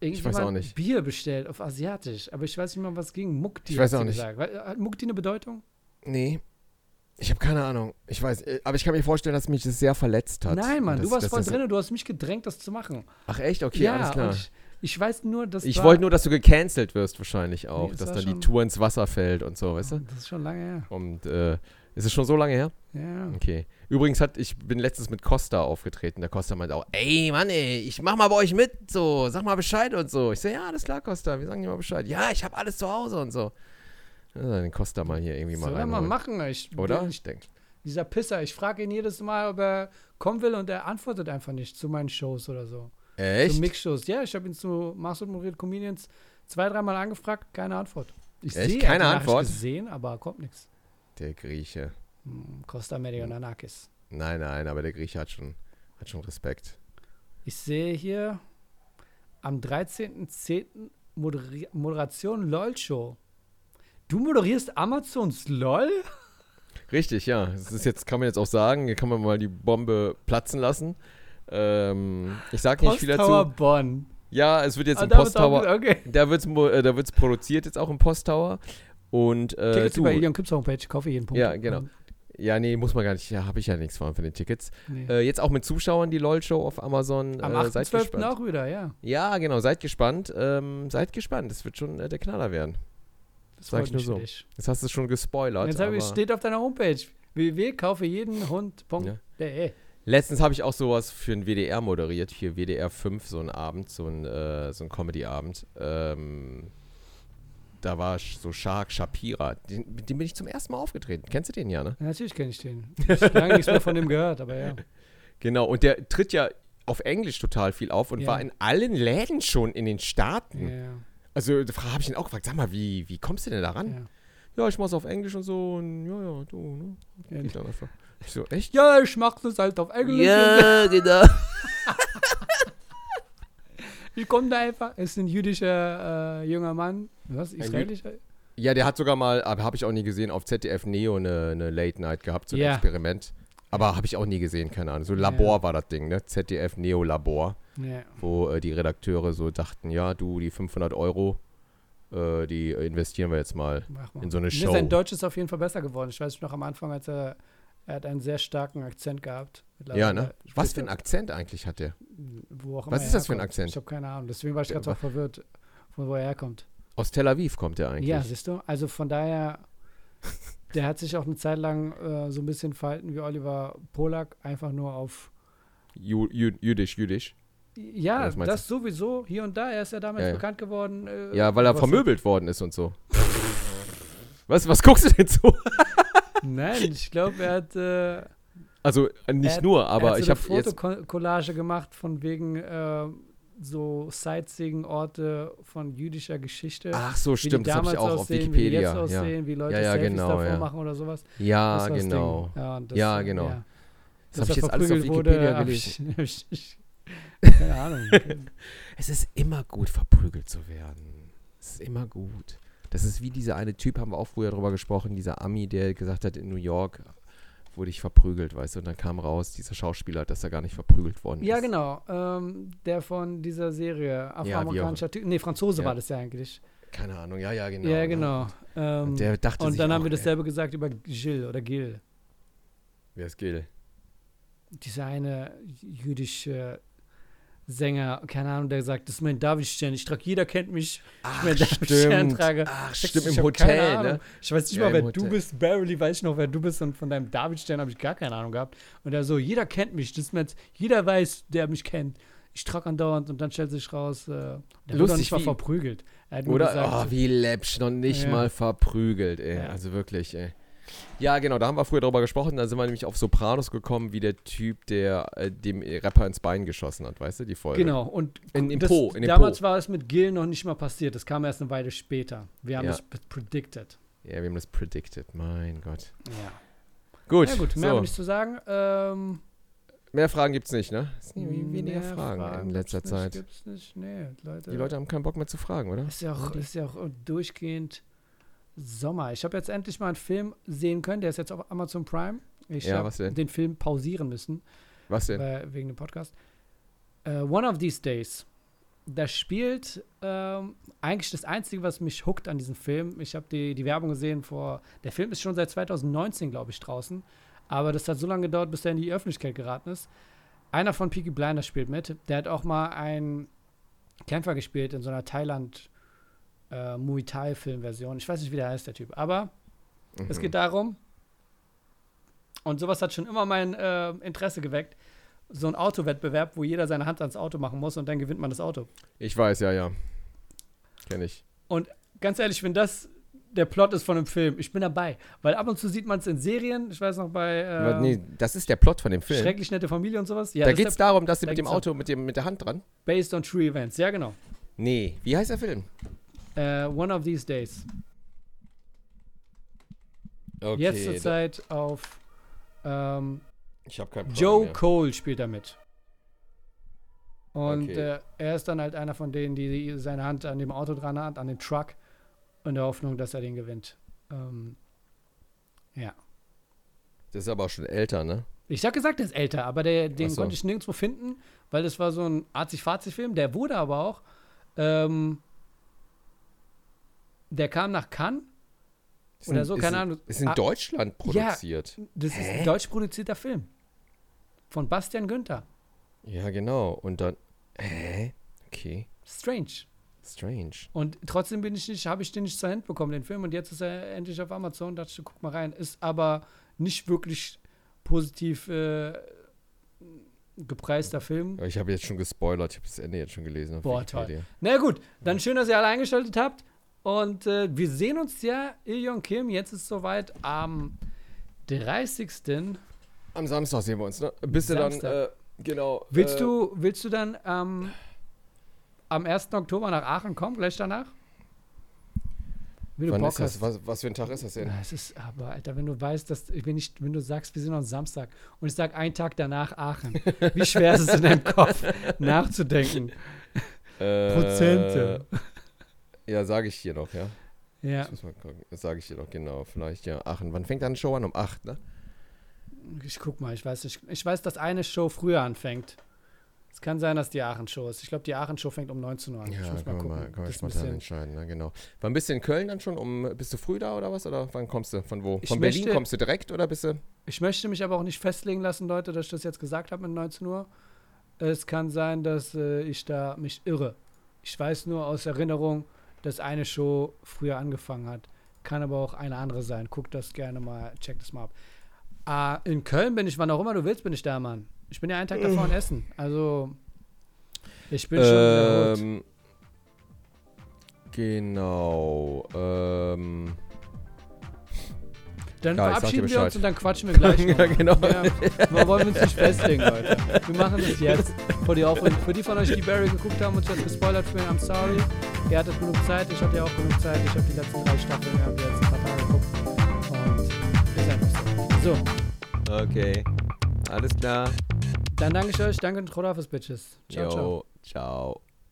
A: Ich weiß
B: irgendjemand
A: auch nicht.
B: Bier bestellt auf asiatisch. Aber ich weiß nicht mehr, um was es ging. Mukti
A: Ich
B: hat
A: weiß
B: sie
A: auch nicht.
B: gesagt. Weil- Hat Mukti eine Bedeutung?
A: Nee. Ich habe keine Ahnung. Ich weiß, äh, aber ich kann mir vorstellen, dass mich das sehr verletzt hat.
B: Nein, Mann,
A: Und
B: du
A: dass-
B: warst
A: dass
B: voll
A: das-
B: drin, du hast mich gedrängt, das zu machen.
A: Ach echt? Okay,
B: ja,
A: alles
B: und
A: klar.
B: Ich, ich weiß nur, dass.
A: Ich wollte nur, dass du gecancelt wirst wahrscheinlich auch,
B: Nee, das
A: dass
B: war
A: dann
B: schon-
A: die Tour ins Wasser fällt und so, weißt du?
B: Das ist schon lange her.
A: Und äh, ist es schon so lange her?
B: Ja.
A: Okay. Übrigens hat ich bin letztens mit Costa aufgetreten. Der Costa meinte auch, ey Mann, ey, ich mach mal bei euch mit, so, sag mal Bescheid und so. Ich so, ja, alles klar, Costa, wir sagen dir mal Bescheid. Ja, ich habe alles zu Hause und so. Ja, den Costa mal hier irgendwie mal
B: Soll er mal
A: reinholen.
B: machen, ich,
A: Oder?
B: Ich,
A: Ich denke.
B: dieser Pisser, ich frage ihn jedes Mal, ob er kommen will und er antwortet einfach nicht zu meinen Shows oder so.
A: Echt?
B: Zu Mix-Shows. Ja, ich habe ihn zu Mars und Moderiert Comedians zwei, dreimal angefragt, keine Antwort.
A: Echt?
B: Ich sehe er hat
A: Keine
B: die Nachricht
A: Antwort?
B: gesehen, aber kommt nichts.
A: Der Grieche.
B: Costa Merionanakis.
A: Nein, nein, aber der Grieche hat schon, hat schon Respekt.
B: Ich sehe hier am 13.10. Moderi Moderation LOL Show. Du moderierst Amazons LOL?
A: Richtig, ja. Das ist jetzt, kann man jetzt auch sagen, hier kann man mal die Bombe platzen lassen. Ähm, ich sag nicht viel
B: Posttower
A: dazu.
B: Bonn.
A: Ja, es wird jetzt
B: Ah,
A: im
B: da wird auch-
A: Posttower.
B: Okay.
A: Da wird's, mo- äh, da wird's produziert jetzt auch im Posttower. Und äh,
B: Tickets über E-
A: du,
B: Ilion Kips Homepage, kaufe jeden Punkt. Ähm,
A: Ja, genau. ja, nee, muss man gar nicht. Ja, habe ich ja nichts von von den Tickets.
B: Nee.
A: Äh, jetzt auch mit Zuschauern die LOL-Show auf Amazon.
B: Am
A: äh, seid
B: 8.12.
A: gespannt.
B: auch wieder, ja.
A: Ja, genau, seid gespannt. Ähm, seid gespannt. Das wird schon äh, der Knaller werden.
B: Das
A: Sag
B: freut
A: ich nur
B: mich
A: so.
B: für dich.
A: Jetzt hast du es schon gespoilert.
B: Jetzt habe ich,
A: aber-
B: steht auf deiner Homepage www.kaufejedenhund.de.
A: Letztens habe ich auch sowas für den WDR moderiert, hier WDR 5, so einen Abend, so ein, äh, so ein Comedy-Abend. Ähm, da war Sch- so Shark Shapira, den, mit dem bin ich zum ersten Mal aufgetreten. Kennst du den ja, ne?
B: Ja, Natürlich kenne ich den. Ich habe lange nichts mehr von dem gehört, aber ja.
A: Genau, und der tritt ja auf Englisch total viel auf und
B: Ja.
A: war in allen Läden schon in den Staaten.
B: ja,
A: Also da habe ich ihn auch gefragt, sag mal, wie, wie kommst du denn da ran?
B: ja.
A: Ja, ja, ich mach's auf Englisch und so und ja, ja, du, ne?
B: Ja.
A: Geht dann einfach. Ich so, echt?
B: Ja, ich mach das halt auf Englisch.
A: genau.
B: Ich komme da einfach. Es ist ein jüdischer äh, junger Mann. Was?
A: Jü-
B: Israelischer?
A: Ja, der hat sogar mal, aber habe ich auch nie gesehen, auf ZDF Neo eine, eine Late Night gehabt, so ein
B: Ja.
A: Experiment. Aber habe ich auch nie gesehen, keine Ahnung. So Labor war das Ding, ne? ZDF Neo Labor,
B: Ja.
A: wo äh, die Redakteure so dachten, ja, du, die 500 Euro, äh, die äh, investieren wir jetzt mal.
B: Mach mal.
A: In so eine
B: Mir
A: Show.
B: Ist sein Deutsch ist auf jeden Fall besser geworden. Ich weiß noch am Anfang, als er, er hat einen sehr starken Akzent gehabt.
A: ja, ne?
B: Mittlerweile
A: Was
B: spricht
A: für ein
B: er-
A: Akzent eigentlich hat der?
B: Wo auch
A: Was
B: immer
A: ist das
B: er
A: für ein
B: herkommt.
A: Akzent?
B: Ich habe keine Ahnung. Deswegen war ich
A: Der-
B: ganz auch verwirrt, von wo er herkommt.
A: Aus Tel Aviv kommt der eigentlich.
B: Ja, siehst du? Also von daher, der hat sich auch eine Zeit lang äh, so ein bisschen verhalten wie Oliver Polak, einfach nur auf.
A: Ju, jü, jüdisch, jüdisch.
B: Ja,
A: Was
B: das,
A: meinst
B: sowieso, hier und da. Er ist ja damals
A: Ja, ja.
B: bekannt geworden. äh,
A: Ja, weil er
B: was-
A: vermöbelt worden ist und so. was, was guckst du denn so?
B: Nein, ich glaube, er hat. Äh,
A: Also äh, nicht
B: Er-
A: nur,
B: er
A: aber
B: hat so
A: ich habe
B: eine
A: jetzt.
B: Fotokollage gemacht von wegen ähm, so Sightseeing-Orte von jüdischer Geschichte.
A: Ach so,
B: wie
A: Ah,
B: die
A: stimmt, das habe ich auch auf
B: aussehen, Wie die jetzt
A: Wikipedia. ja.
B: aussehen, wie Leute
A: Ja, ja,
B: Selfies
A: genau,
B: davor
A: ja.
B: machen oder sowas.
A: Ja,
B: Das war das Ding.
A: genau.
B: Ja, und das,
A: Ja, genau.
B: ja.
A: Das habe
B: Dass
A: ich
B: er
A: jetzt alles auf
B: verprügelt
A: Wikipedia
B: hab
A: gelesen.
B: ich- hab ich- Keine Ahnung.
A: Es ist immer gut, verprügelt zu werden. Es ist immer gut. Das ist wie dieser eine Typ, haben wir auch früher drüber gesprochen, dieser Ami, der gesagt hat, in New York wurde ich verprügelt, weißt du, und dann kam raus, dieser Schauspieler, dass er gar nicht verprügelt worden
B: ja,
A: ist.
B: genau. Ähm, der von dieser Serie,
A: wie auch-
B: afroamerikanischer Typ. Nee, Franzose
A: Ja.
B: war das ja eigentlich.
A: Keine Ahnung, ja, ja, genau.
B: ja,
A: ne?
B: genau. Ähm,
A: Und der dachte
B: und
A: sich
B: dann
A: auch,
B: haben wir
A: ey,
B: dasselbe gesagt über Gil oder Gil.
A: Wer ist Gil?
B: dieser eine jüdische Sänger, keine Ahnung, der sagt, das ist mein Davidstern, ich trage, jeder kennt mich,
A: Ach,
B: ich mein Davidstern trage.
A: Ach,
B: Ich sag,
A: stimmt,
B: ich
A: im
B: hab keine
A: Hotel,
B: Ahnung.
A: ne?
B: Ich weiß nicht
A: Ja,
B: mal,
A: im
B: wer
A: Hotel.
B: du bist, Barely weiß ich noch, wer du bist und von deinem Davidstern habe ich gar keine Ahnung gehabt. Und er so, jeder kennt mich, das ist mein, jeder weiß, der mich kennt. Ich trage andauernd und dann stellt sich raus, äh, der wurde
A: Lustig,
B: auch nicht mal
A: wie-
B: verprügelt. Er hat nur
A: Oder?
B: gesagt,
A: Oh, wie läppsch, noch nicht
B: Ja.
A: mal verprügelt, ey.
B: Ja.
A: Also wirklich, ey. Ja, genau, da haben wir früher drüber gesprochen. Da sind wir nämlich auf Sopranos gekommen, wie der Typ, der äh, dem Rapper ins Bein geschossen hat, weißt du, die Folge.
B: Genau, und
A: In- im
B: das,
A: Po, in dem
B: damals
A: Po.
B: war es mit Gil noch nicht mal passiert, das kam erst eine Weile später. Wir haben
A: Ja.
B: das predicted.
A: Ja, wir haben das predicted, mein Gott.
B: Ja.
A: Gut,
B: ja, gut, mehr
A: mehr,
B: habe
A: so.
B: ich nicht zu sagen. Ähm,
A: mehr Fragen gibt's nicht, ne? Es sind irgendwie weniger
B: Mehr
A: Fragen, in letzter
B: gibt's
A: Zeit.
B: Nicht, gibt's nicht. Nee, Leute.
A: Die Leute haben keinen Bock mehr zu fragen, oder?
B: Ist ja auch, ist ja auch durchgehend Sommer. Ich habe jetzt endlich mal einen Film sehen können. Der ist jetzt auf Amazon Prime. Ich
A: Ja,
B: habe
A: was denn?
B: den Film pausieren müssen
A: Was denn?
B: weil, wegen dem Podcast. Äh, One of These Days. Da spielt ähm, eigentlich das Einzige, was mich hookt an diesem Film. Ich habe die, die Werbung gesehen vor. Der Film ist schon seit 2019, glaube ich, draußen. Aber das hat so lange gedauert, bis der in die Öffentlichkeit geraten ist. Einer von Peaky Blinders spielt mit. Der hat auch mal einen Kämpfer gespielt in so einer Thailand äh, Muay Thai Filmversion. Ich weiß nicht, wie der heißt, der Typ. Aber es
A: Mhm.
B: geht darum, und sowas hat schon immer mein äh, Interesse geweckt, so ein Autowettbewerb, wo jeder seine Hand ans Auto machen muss und dann gewinnt man das Auto.
A: Ich weiß, ja, ja. Kenn ich.
B: Ganz ehrlich, wenn das der Plot ist von einem Film, ich bin dabei. Weil ab und zu sieht man es in Serien, ich weiß noch bei
A: Aber
B: äh,
A: nee, das ist der Plot von dem Film.
B: Schrecklich nette Familie und sowas. Ja,
A: da
B: das ist
A: geht's darum, dass sie
B: da
A: mit dem
B: geht's
A: Auto, mit, dem, mit der Hand dran.
B: der- based on true events, ja genau.
A: Nee, wie heißt der Film?
B: Äh, one of these days.
A: Okay,
B: Jetzt
A: da-
B: zurzeit auf ähm,
A: Ich habe keinen
B: Joe Cole spielt da mit. Und
A: Okay.
B: äh, er ist dann halt einer von denen, die seine Hand an dem Auto dran hat, an dem Truck, in der Hoffnung, dass er den gewinnt. Ähm, ja.
A: Das ist aber auch schon älter, ne?
B: Ich hab gesagt, der ist älter, aber der, den
A: Ach so.
B: konnte ich nirgendwo finden, weil das war so ein Arzi-Fazi-Film. Der wurde aber auch. Ähm, der kam nach Cannes.
A: Ist
B: Oder
A: in-
B: so,
A: ist
B: keine
A: in-
B: Ahnung.
A: Ist in
B: Ah.
A: Deutschland produziert.
B: Das ist ein deutsch produzierter Film. Von Bastian Günther.
A: Ja. genau. Und dann. Hä? Okay.
B: Strange.
A: Strange.
B: Und trotzdem bin ich nicht, habe ich den nicht zur Hand bekommen, den Film. Und jetzt ist er endlich auf Amazon. Dachte ich, guck mal rein. Ist aber nicht wirklich positiv äh, gepreister Film.
A: Aber ich habe jetzt schon gespoilert. Ich habe das Ende jetzt schon gelesen. Auf
B: Boah, toll.
A: Wikipedia.
B: Na gut, dann schön, dass ihr alle eingeschaltet habt. Und äh, wir sehen uns ja, Ilion Kim. Jetzt ist soweit am 30.
A: Am Samstag sehen wir uns, ne? Bist du dann. Äh,
B: Samstag.
A: genau.
B: Willst,
A: äh,
B: du, willst du dann ähm, am 1. Oktober nach Aachen kommen, gleich danach? Wie du
A: Wann
B: Bock
A: ist das?
B: hast.
A: Was, was für ein Tag ist das denn?
B: Ja, es ist aber, Alter, wenn du weißt, dass, wenn, ich, wenn du sagst, wir sind am Samstag und ich sag einen Tag danach Aachen, wie schwer ist es in deinem Kopf nachzudenken?
A: Äh,
B: Prozente.
A: Ja, sage ich dir noch, ja.
B: Ja,
A: Ich muss mal gucken. Das sage ich dir doch, genau. Vielleicht ja. Aachen. Wann fängt dann Show an? Um 8, ne?
B: ich guck mal, ich weiß nicht. Ich weiß, dass eine Show früher anfängt. Es kann sein, dass die Aachen-Show ist. Ich glaube, die Aachen-Show fängt um 19 Uhr an. ich
A: Ja, kann
B: muss mal
A: man,
B: gucken.
A: mal, kann man
B: Das ist ein
A: spontan
B: bisschen,
A: entscheiden, ne? Genau. Wann bist du in Köln dann schon? Um, bist du früh da oder was? Oder wann kommst du? Von wo?
B: Ich
A: Von Berlin
B: möchte-
A: kommst du direkt oder bist du?
B: ich möchte mich aber auch nicht festlegen lassen, Leute, dass ich das jetzt gesagt habe mit 19 Uhr. Es kann sein, dass äh, ich da mich irre. Ich weiß nur aus Erinnerung, dass eine Show früher angefangen hat. Kann aber auch eine andere sein. Guck das gerne mal, check das mal ab. Ah, in Köln bin ich, wann auch immer du willst, bin ich da, Mann. Ich bin ja einen Tag davor in Essen. Also, ich bin schon sehr gut.
A: Ähm, Genau. Ähm, ja, ich sag dir
B: Dann verabschieden wir
A: Bescheid.
B: uns und dann quatschen wir gleich.
A: Ja,
B: nochmal.
A: genau.
B: Ja, wir wollen uns nicht festlegen, Leute. Wir machen das jetzt. Für die, auch, für die von euch, die Barry geguckt haben und sich das gespoilert fühlen, I'm sorry. Ihr hattet genug Zeit, ich hatte ja auch genug Zeit. Ich habe die letzten drei Staffeln, ich habe die letzten paar Tage geguckt. Und ist einfach so. So,
A: okay. Alles klar.
B: dann danke ich euch. Danke und Roda fürs Bitches. Ciao, ciao.
A: Ciao.